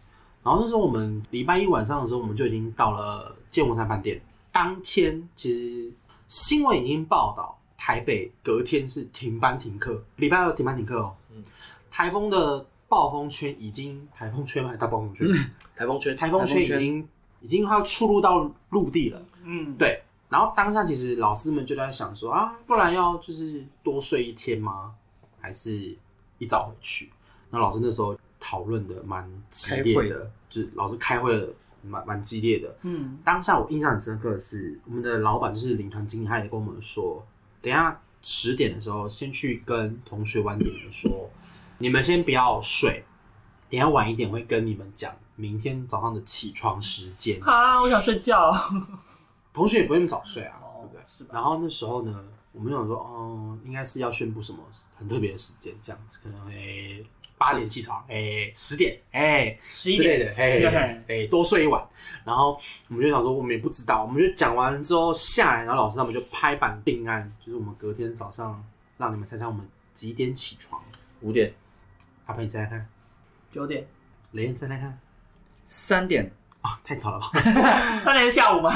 A: 然后那时候我们礼拜一晚上的时候，我们就已经到了建文山饭店。当天其实新闻已经报道，台北隔天是停班停课，礼拜二停班停课哦。
B: 嗯
A: 台风的暴风圈已经台风圈还是大暴风圈？
B: 台风圈，
A: 台风圈已经已经快要出入到陆地了。
C: 嗯，
A: 对，然后当下其实老师们就在想说啊，不然要就是多睡一天吗？还是一早回去？那老师那时候讨论的蛮激烈的，就是老师开会的蛮蛮激烈的。
C: 嗯
A: 当下我印象很深刻的是，我们的老板就是领团经理，他也跟我们说，等一下十点的时候先去跟同学晚点的说，你们先不要睡，等一下晚一点会跟你们讲明天早上的起床时间。
C: 啊，我想睡觉。
A: 同学也不会那么早睡啊，
C: 哦
A: 对不对？
C: 是吧
A: 然后那时候呢，我们就想说，哦，应该是要宣布什么很特别的时间，这样子可能诶八点起床，诶十点，诶
C: 十一
A: 之类的，
C: 点
A: 诶诶多睡一晚。然后我们就想说，我们也不知道，我们就讲完之后下来，然后老师他们就拍板定案，就是我们隔天早上让你们猜猜我们几点起床。
B: 五点，
A: 阿佩，你猜猜看，
C: 九点，
A: 雷恩猜猜看
E: 三点，
A: 啊，太吵了吧？
C: 三点是 下 午吗？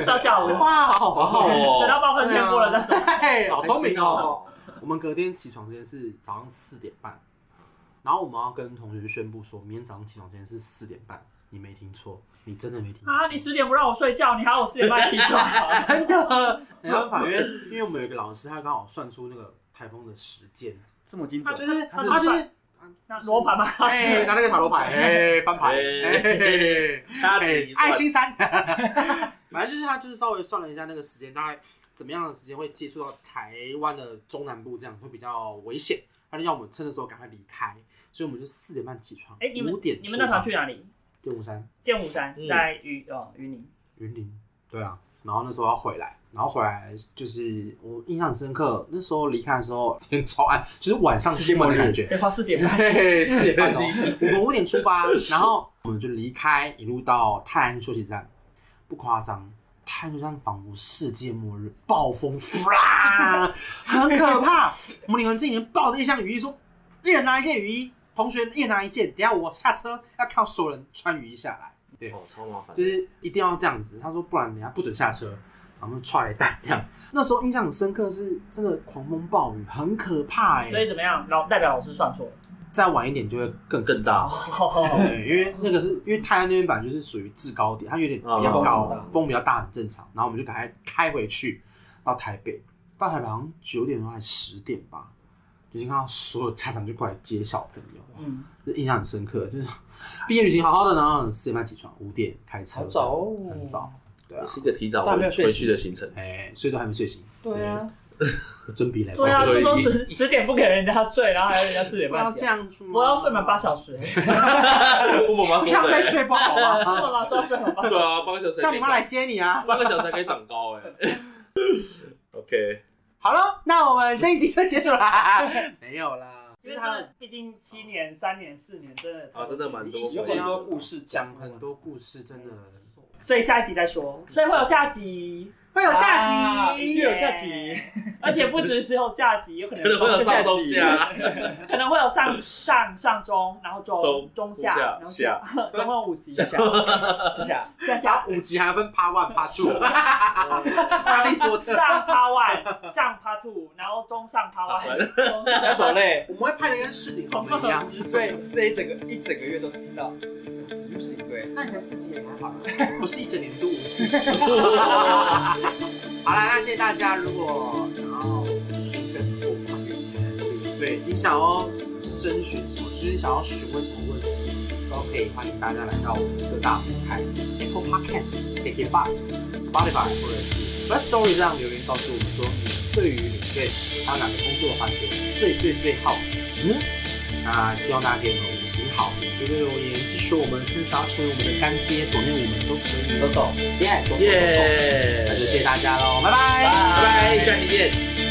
C: 上下午，
A: 哇，好
B: 哇
A: 好，
C: 等到
B: 哦，
C: 报分线过了再走。
A: 嘿，好聪明
E: 还行
A: 哦。，我们隔天起床时间是早上四点半，然后我们要跟同学宣布说，明天早上起床时间是四点半。你没听错，你真的没听错
C: 啊，你十点不让我睡觉，你还要我十点半起床？
A: 真的没办法，因为因为我们有一个老师，他刚好算出那个台风的时间，
E: 这么精
A: 就
E: 准，
A: 是
E: 他
A: 他
E: 是
A: 就是
C: 那罗盘吗？
A: 哎拿那个塔罗牌哎翻牌
B: 哎
A: 哎
B: 掐指一
A: 爱
B: 算，
A: 心三，反正就是他就是稍微算了一下那个时间，大概怎么样的时间会接触到台湾的中南部，这样会比较危险。他就要我们趁的时候赶快离开，所以我们就四点半起床，
C: 哎，你们
A: 五点
C: 你们那团去哪里？
A: 六五山
C: 剑湖山
B: 嗯
C: 在云哦云林。
A: 云林，对啊，然后那时候要回来，然后回来就是我印象很深刻，那时候离开的时候天超暗，就是晚上
E: 世
A: 新
E: 界
A: 闻
E: 末
A: 的
E: 日
A: 感觉，
C: 对，花四点半。
A: 对，四点半哦，我们五点出发，然后我们就离开，一路到泰安休息站，不夸张。泰安休息站仿佛世界末日，暴风唰，很可怕。我们领完证人抱着一箱雨衣说：“一人拿一件雨衣，同学一人拿一件。等一下我下车要看到所有人穿雨衣下来，
B: 哦，超麻烦
A: 就，是一定要这样子。”他说：“不然等一下不准下车。”然后我们踹了一蛋这样。那时候印象很深刻是真的狂风暴雨，很可怕哎、
C: 所以怎么样？老代表老师算错了，
A: 再晚一点就会更
B: 更大。
A: 哦对，因为那个是因为太阳那边版就是属于制高点，它有点比较高，
E: 哦
A: 风比较大，很正常。然后我们就赶快开回去到台北，到台北好像九点钟还是十点吧，就已经看到所有家长就过来接小朋友，
C: 嗯，
A: 就印象很深刻。就是毕业旅行好好的，然后四点半起床，五点开车，
E: 好早哦
A: 很早，对啊
B: 也，是一个提早
E: 但没
B: 回
E: 有睡
B: 回
E: 醒
B: 去的行程。
A: 哎，睡都还没睡醒，
C: 对啊，
A: 嗯准备来，
C: 对啊，
B: 我
C: 就
B: 以
C: 说十十点不给人家睡，然后还要人家四点
A: 不
C: 半
A: 要
C: 起
A: 这
C: 来。
A: 样子吗，
C: 我要睡满八小 时，
B: 我妈妈
A: 不
B: 说
A: 要
B: 的
A: 再
B: 欸，
A: 睡不好
C: 我
A: 吗？
C: 妈说睡满八小时
B: 对啊，八个小时才
A: 叫
B: 可
A: 你
B: 以
A: 妈
B: 长
A: 来接你啊！
B: 八个小时才可以长高哎、OK，
A: 好了，那我们这一集就结束啦。 没有啦，
C: 因为这毕竟七年、三年、四年，真的
B: 啊，真的蛮多
A: 你一直
B: 回忆的
A: 要
E: 故事
A: 讲很多故事，真的
C: 所以下一集再说，所以会有下 集，
A: 会有下集。
E: 又有下集，
C: 而且不只是有下集，有可能
B: 可能会有
C: 中
B: 上
C: 下
B: 中
C: 集，
B: 下，
C: 可能会有上上上中，然后中
B: 中
C: 中下，
B: 下
C: 然后
B: 下，
C: 总共有五集，
E: 谢谢啊，谢谢啊。
C: 下
A: 然
C: 下
A: 后五集还要分 Part One、Part Two，哈利波特。
C: 上 Part One，上 Part Two，然后中上 Part One，中上
E: 好嘞，
A: 我们会拍的跟市井草莓一样，
E: 所以这一整个一整个月都听到，又是一堆。
A: 那你才四集也还好啦，不是一整年都五四集。 好啦，那谢谢大家。如果想要跟我对你想要征询什么，就是你想要询问什么问题，都可以欢迎大家来到我们各大平台，Apple Podcast、KK Box、Spotify 或者是 First Story 这样留言告诉我们说你对于领队还有哪个工作环节最最最好奇呢？那希望大家给我们五星好评，多多留言支持我们，甚至要成为我们的干爹，抖内我们都可 以，都懂，耶，懂懂懂。
B: 啊耶
A: 那就谢谢大家喽，拜拜，
B: 拜拜，下期见。